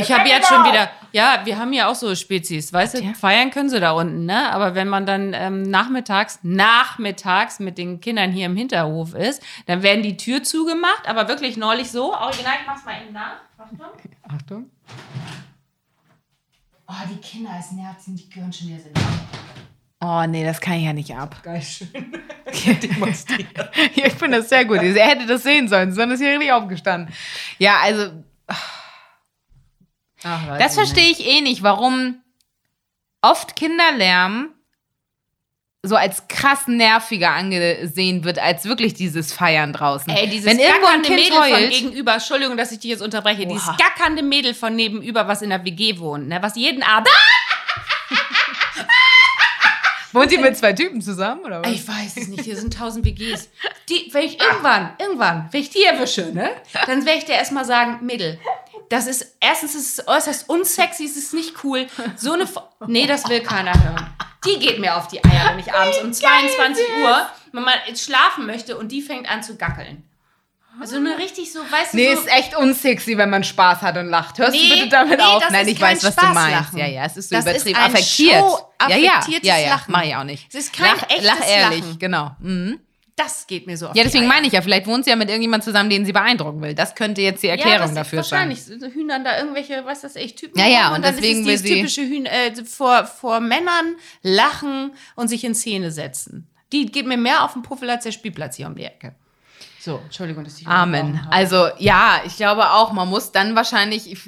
Speaker 1: ich habe jetzt schon wieder, ja, wir haben ja auch so Spezies, weißt du,
Speaker 2: genau. Ja.
Speaker 1: feiern können sie da unten, ne? Aber wenn man dann ähm, nachmittags, nachmittags mit den Kindern hier im Hinterhof ist, dann werden die Tür zugemacht, aber wirklich neulich so, original, ich mach's mal eben nach. Achtung.
Speaker 2: Achtung.
Speaker 1: Oh, die Kinder, es nervt sie, die gehören schon wieder so
Speaker 2: Oh nee, das kann ich ja nicht ab.
Speaker 1: Geil, schön.
Speaker 2: Ja, ich finde das sehr gut. Er hätte das sehen sollen, sonst ist hier richtig aufgestanden. Ja, also, das verstehe ich eh nicht, warum oft Kinderlärm so als krass nerviger angesehen wird, als wirklich dieses Feiern draußen.
Speaker 1: Ey, dieses
Speaker 2: Wenn irgendwo ein
Speaker 1: gackernde
Speaker 2: Kind
Speaker 1: Mädel von
Speaker 2: heult,
Speaker 1: gegenüber, Entschuldigung, dass ich dich jetzt unterbreche, dieses
Speaker 2: Oha.
Speaker 1: gackernde Mädel von nebenüber, was in der WG wohnt, ne, was jeden Abend.
Speaker 2: wohnt ihr mit zwei Typen zusammen, oder was?
Speaker 1: Ich weiß es nicht, hier sind tausend WGs. Die, wenn ich irgendwann, irgendwann, wenn ich die erwische, ne, dann werde ich dir erstmal sagen, Mädel, das ist, erstens ist es äußerst unsexy, es ist nicht cool. So eine, Fo nee, das will keiner hören. Die geht mir auf die Eier, wenn ich abends um 22 Uhr, wenn man jetzt schlafen möchte und die fängt an zu gackeln. Also eine richtig so, weißt du,
Speaker 2: Nee,
Speaker 1: so,
Speaker 2: ist echt unsexy, wenn man Spaß hat und lacht. Hörst
Speaker 1: Nee,
Speaker 2: du bitte damit
Speaker 1: nee,
Speaker 2: auf?
Speaker 1: das
Speaker 2: Nein,
Speaker 1: ist
Speaker 2: ich
Speaker 1: kein
Speaker 2: weiß, was du meinst.
Speaker 1: Spaßlachen.
Speaker 2: Ja, ja, es ist so
Speaker 1: Das ist
Speaker 2: übertrieben.
Speaker 1: ein
Speaker 2: affektiert.
Speaker 1: show-affektiertes
Speaker 2: ja, ja, ja, ja.
Speaker 1: Lachen.
Speaker 2: Mach ich auch nicht.
Speaker 1: Es ist kein echtes
Speaker 2: Lach ehrlich,
Speaker 1: Lachen.
Speaker 2: genau. Mhm.
Speaker 1: das geht mir so auf
Speaker 2: Ja,
Speaker 1: die
Speaker 2: deswegen
Speaker 1: Eier.
Speaker 2: meine ich ja, vielleicht wohnt sie ja mit irgendjemand zusammen, den sie beeindrucken will. Das könnte jetzt die Erklärung
Speaker 1: das
Speaker 2: dafür
Speaker 1: ist
Speaker 2: sein.
Speaker 1: wahrscheinlich so Hühnern da irgendwelche, was das echt Typen.
Speaker 2: Ja, ja,
Speaker 1: rum
Speaker 2: und
Speaker 1: dann
Speaker 2: deswegen
Speaker 1: ist es
Speaker 2: will sie-
Speaker 1: dieses typische Hühn äh, vor, vor Männern lachen und sich in Szene setzen. Die geht mir mehr auf den Puffel als der Spielplatz hier um die Ecke. So, Entschuldigung, dass ich
Speaker 2: Amen.
Speaker 1: unterbrochen habe.
Speaker 2: Also ja, ich glaube auch, man muss dann wahrscheinlich, ich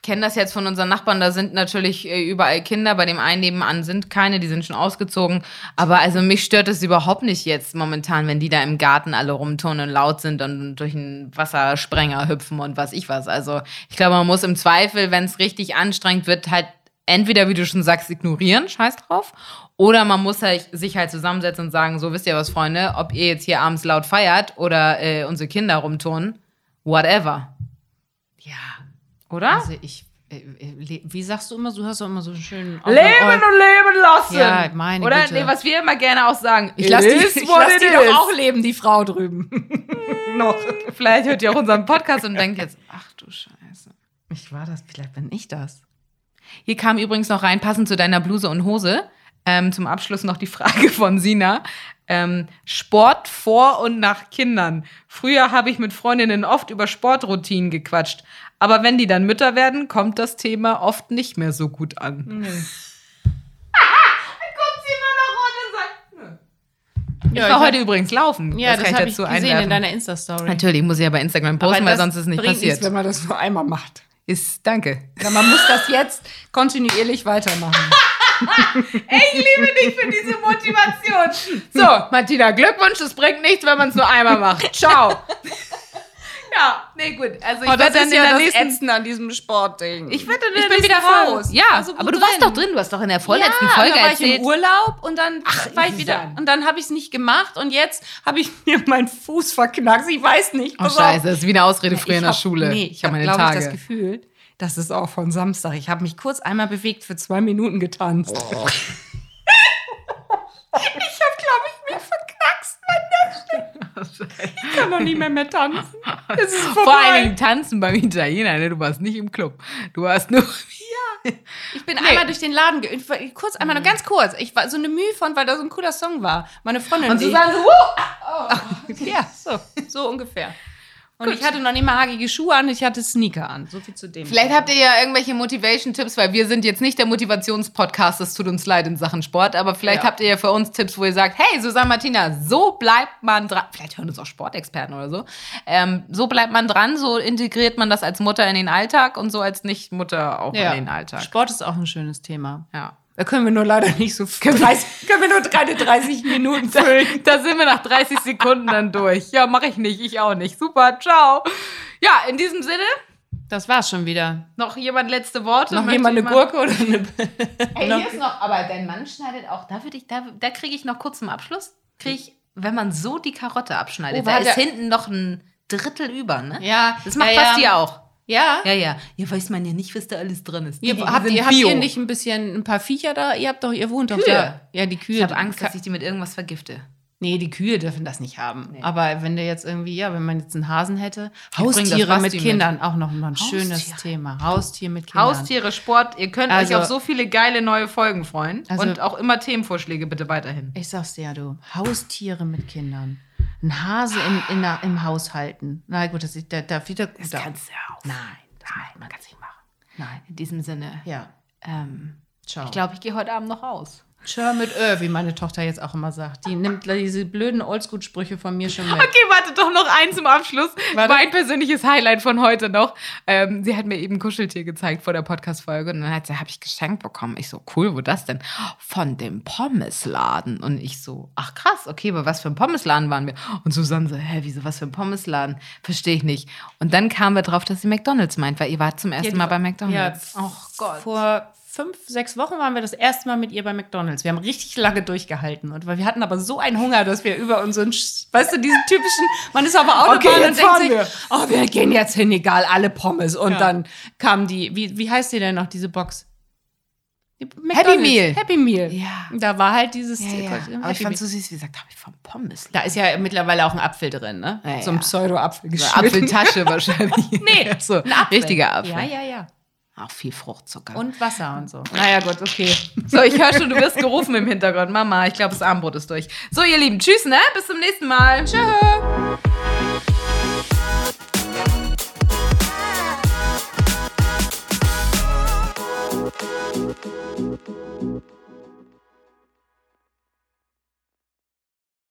Speaker 2: kenne das jetzt von unseren Nachbarn, da sind natürlich äh, überall Kinder, bei dem einen nebenan sind keine, die sind schon ausgezogen. Aber also mich stört es überhaupt nicht jetzt momentan, wenn die da im Garten alle rumturnen und laut sind und durch einen Wassersprenger hüpfen und was ich was. Also ich glaube, man muss im Zweifel, wenn es richtig anstrengend wird, halt entweder, wie du schon sagst, ignorieren, scheiß drauf. Oder man muss halt, sich halt zusammensetzen und sagen, so wisst ihr was, Freunde, ob ihr jetzt hier abends laut feiert oder äh, unsere Kinder rumturnen, whatever.
Speaker 1: Ja.
Speaker 2: Oder?
Speaker 1: Also ich, äh, äh, le- wie sagst du immer, du hast doch immer so einen schönen...
Speaker 2: Also, und leben lassen.
Speaker 1: Ja, meine
Speaker 2: Oder
Speaker 1: Güte.
Speaker 2: nee, was wir immer gerne auch sagen.
Speaker 1: Ich lasse die,
Speaker 2: it is
Speaker 1: ich
Speaker 2: what
Speaker 1: lass
Speaker 2: it
Speaker 1: die
Speaker 2: is.
Speaker 1: doch auch leben, die Frau drüben. Noch.
Speaker 2: Vielleicht hört ihr auch unseren Podcast und denkt jetzt, ach du Scheiße.
Speaker 1: Ich war das, vielleicht bin ich das.
Speaker 2: Hier kam übrigens noch rein, passend zu deiner Bluse und Hose, ähm, zum Abschluss noch die Frage von Sina. Ähm, Sport vor und nach Kindern. Früher habe ich mit Freundinnen oft über Sportroutinen gequatscht. Aber wenn die dann Mütter werden, kommt das Thema oft nicht mehr so gut an.
Speaker 1: Nee.
Speaker 2: ich
Speaker 1: Ja,
Speaker 2: war
Speaker 1: ich
Speaker 2: heute übrigens laufen.
Speaker 1: Ja, das,
Speaker 2: kann
Speaker 1: habe ich
Speaker 2: ich
Speaker 1: gesehen
Speaker 2: dazu einwerfen.
Speaker 1: in deiner Insta-Story.
Speaker 2: Natürlich, muss ich ja bei Instagram
Speaker 1: Aber
Speaker 2: posten, weil
Speaker 1: das
Speaker 2: sonst ist nicht
Speaker 1: bringt
Speaker 2: passiert.
Speaker 1: Nichts, wenn man das nur einmal macht.
Speaker 2: ist, danke.
Speaker 1: Na, man muss das jetzt kontinuierlich weitermachen.
Speaker 2: Ich liebe dich für diese Motivation. So, Martina, Glückwunsch. Es bringt nichts, wenn man es nur einmal macht. Ciao. Ja, nee, gut. Also ich
Speaker 1: Oh,
Speaker 2: werde dann in der nächsten...
Speaker 1: Ätzen an diesem Sportding. Ich,
Speaker 2: Ich werde dann in
Speaker 1: Ich
Speaker 2: der
Speaker 1: bin
Speaker 2: nächsten
Speaker 1: wieder
Speaker 2: Folge-
Speaker 1: raus.
Speaker 2: Ja,
Speaker 1: War so gut
Speaker 2: aber du warst
Speaker 1: drin.
Speaker 2: doch drin. Du hast doch in der vorletzten
Speaker 1: ja,
Speaker 2: Folge
Speaker 1: dann war ich
Speaker 2: erzählt.
Speaker 1: im Urlaub und dann war ich wieder.
Speaker 2: Susanne.
Speaker 1: Und dann habe ich es nicht gemacht und jetzt habe ich mir meinen Fuß verknackt. Ich weiß nicht.
Speaker 2: oh,
Speaker 1: pass auf.
Speaker 2: scheiße. Das ist wie eine Ausrede
Speaker 1: Ich
Speaker 2: früher in der
Speaker 1: hab-
Speaker 2: Schule.
Speaker 1: Nee, ich habe,
Speaker 2: meine
Speaker 1: glaube ich,
Speaker 2: Tage.
Speaker 1: das Gefühl, das ist auch von Samstag. Ich habe mich kurz einmal bewegt, für zwei Minuten getanzt. ich habe,
Speaker 2: Oh.
Speaker 1: glaube ich, mich verknackst. Ich kann noch nie mehr mehr tanzen. Es ist vorbei.
Speaker 2: Oh, Vor allen Dingen tanzen beim Italiener. Ne? Du warst nicht im Club. Du warst nur...
Speaker 1: Ich bin einmal durch den Laden, ge ich war- kurz einmal, nur ganz kurz. Ich war so eine Mühe von, weil da so ein cooler Song war. Meine Freundin und, ich.
Speaker 2: so... "Wuh!"
Speaker 1: Ja, so, so ungefähr. Und ich hatte noch nicht mal haarige Schuhe an, ich hatte Sneaker an. So viel zu dem.
Speaker 2: Vielleicht habt ihr ja irgendwelche Motivation-Tipps, weil wir sind jetzt nicht der Motivationspodcast, es tut uns leid in Sachen Sport, aber vielleicht
Speaker 1: Ja.
Speaker 2: habt ihr ja für uns Tipps, wo ihr sagt, hey, Susanne Martina, so bleibt man dran. Vielleicht hören uns auch Sportexperten oder so. Ähm, so bleibt man dran, so integriert man das als Mutter in den Alltag und so als Nicht-Mutter auch
Speaker 1: ja.
Speaker 2: in den Alltag.
Speaker 1: Sport ist auch ein schönes Thema.
Speaker 2: Ja.
Speaker 1: Da können wir nur leider nicht so viel. können wir nur keine 30 Minuten füllen.
Speaker 2: Da sind wir nach 30 Sekunden dann durch. Ja, mache ich nicht, ich auch nicht. Super, ciao. Ja, in diesem Sinne,
Speaker 1: Das war's schon wieder.
Speaker 2: noch jemand letzte Worte?
Speaker 1: Noch
Speaker 2: Möchte
Speaker 1: jemand eine
Speaker 2: jemand-
Speaker 1: Gurke oder eine.
Speaker 2: Ey,
Speaker 1: Noch-
Speaker 2: hier ist noch, aber dein Mann schneidet auch. Da würde ich, da, da kriege ich noch kurz zum Abschluss, kriege ich, wenn man so die Karotte abschneidet,
Speaker 1: Oh,
Speaker 2: da
Speaker 1: war
Speaker 2: ist
Speaker 1: der-
Speaker 2: hinten noch ein Drittel über, ne?
Speaker 1: Ja,
Speaker 2: Das macht
Speaker 1: ja,
Speaker 2: Basti
Speaker 1: ja.
Speaker 2: auch.
Speaker 1: Ja.
Speaker 2: Ja, ja. Hier weiß man ja nicht, was da alles drin ist.
Speaker 1: Ihr,
Speaker 2: Die
Speaker 1: habt,
Speaker 2: sind
Speaker 1: ihr, habt
Speaker 2: bio.
Speaker 1: ihr nicht ein bisschen ein paar Viecher da? Ihr habt doch, ihr wohnt doch
Speaker 2: Kühe.
Speaker 1: da. Ja, die Kühe.
Speaker 2: Ich habe Angst,
Speaker 1: Ka-
Speaker 2: dass ich die mit irgendwas vergifte.
Speaker 1: Nee, die Kühe dürfen das nicht haben. Aber wenn der jetzt irgendwie, ja, wenn man jetzt einen Hasen hätte,
Speaker 2: bring das
Speaker 1: Haustiere mit
Speaker 2: Basti mit.
Speaker 1: Kindern, auch noch mal ein schönes
Speaker 2: Haustiere.
Speaker 1: Thema. Haustier mit Kindern.
Speaker 2: Haustiere, Sport, ihr könnt
Speaker 1: Also-
Speaker 2: euch auf so viele geile neue Folgen freuen.
Speaker 1: Also-
Speaker 2: und auch immer Themenvorschläge bitte weiterhin.
Speaker 1: Ich sag's dir ja, du. Haustiere mit Kindern. Ein Hase im, in, der- im Haus halten. Na gut, das ist, da darf wieder gut
Speaker 2: Das kannst du ja auch.
Speaker 1: Nein, das
Speaker 2: Nein, man kann es nicht machen.
Speaker 1: Nein.
Speaker 2: In diesem Sinne,
Speaker 1: Ja.
Speaker 2: ähm,
Speaker 1: Ciao.
Speaker 2: ich glaube, ich gehe heute Abend noch aus.
Speaker 1: Tschö mit Ö, wie meine Tochter jetzt auch immer sagt. Die nimmt diese blöden Oldschool-Sprüche von mir schon mit.
Speaker 2: Okay, warte doch noch einen zum Abschluss.
Speaker 1: Warte.
Speaker 2: Mein persönliches Highlight von heute noch. Ähm, sie hat mir eben ein Kuscheltier gezeigt vor der Podcast-Folge und dann hat sie, habe ich geschenkt bekommen. Ich so, cool, wo das denn? Von dem Pommesladen. Und ich so, ach krass, okay, aber was für ein Pommesladen waren wir? Und Susanne so, hä, wieso, was für ein Pommesladen? Verstehe ich nicht. Und dann kamen wir drauf, dass sie McDonalds meint, weil ihr wart zum ersten
Speaker 1: Ja, die
Speaker 2: Mal bei
Speaker 1: war-
Speaker 2: McDonalds. Oh
Speaker 1: Ja, Vor fünf, sechs Wochen waren wir das erste Mal mit ihr bei McDonalds. Wir haben richtig lange durchgehalten. Und weil wir hatten aber so einen Hunger, dass wir über unseren, Sch- weißt du, diesen typischen, man ist auf der Autobahn
Speaker 2: Okay,
Speaker 1: und
Speaker 2: jetzt
Speaker 1: denkt
Speaker 2: fahren
Speaker 1: sich,
Speaker 2: wir.
Speaker 1: oh, wir gehen jetzt hin, egal, alle Pommes. Und
Speaker 2: Ja.
Speaker 1: dann kam die, wie, wie heißt die denn noch, diese Box? Die
Speaker 2: Happy
Speaker 1: McDonald's.
Speaker 2: Meal.
Speaker 1: Happy Meal.
Speaker 2: Ja.
Speaker 1: Da war halt dieses.
Speaker 2: Ja, ja.
Speaker 1: Happy
Speaker 2: Aber ich fand
Speaker 1: Meal.
Speaker 2: so süß, wie gesagt, habe ich vom Pommesladen.
Speaker 1: da ist ja mittlerweile auch ein Apfel drin, ne?
Speaker 2: Ja,
Speaker 1: so ein
Speaker 2: ja.
Speaker 1: Pseudo-Apfel
Speaker 2: Eine
Speaker 1: geschnitten.
Speaker 2: Apfeltasche wahrscheinlich.
Speaker 1: Nee,
Speaker 2: so, ein richtiger Apfel.
Speaker 1: Ja, ja, ja.
Speaker 2: Auch viel Fruchtzucker.
Speaker 1: Und Wasser und so. Naja, Ah gut, okay.
Speaker 2: so, ich höre schon, du wirst gerufen im Hintergrund. Mama, ich glaube, das Armbrot ist durch. So, ihr Lieben, tschüss, ne? Bis zum nächsten Mal. Tschö.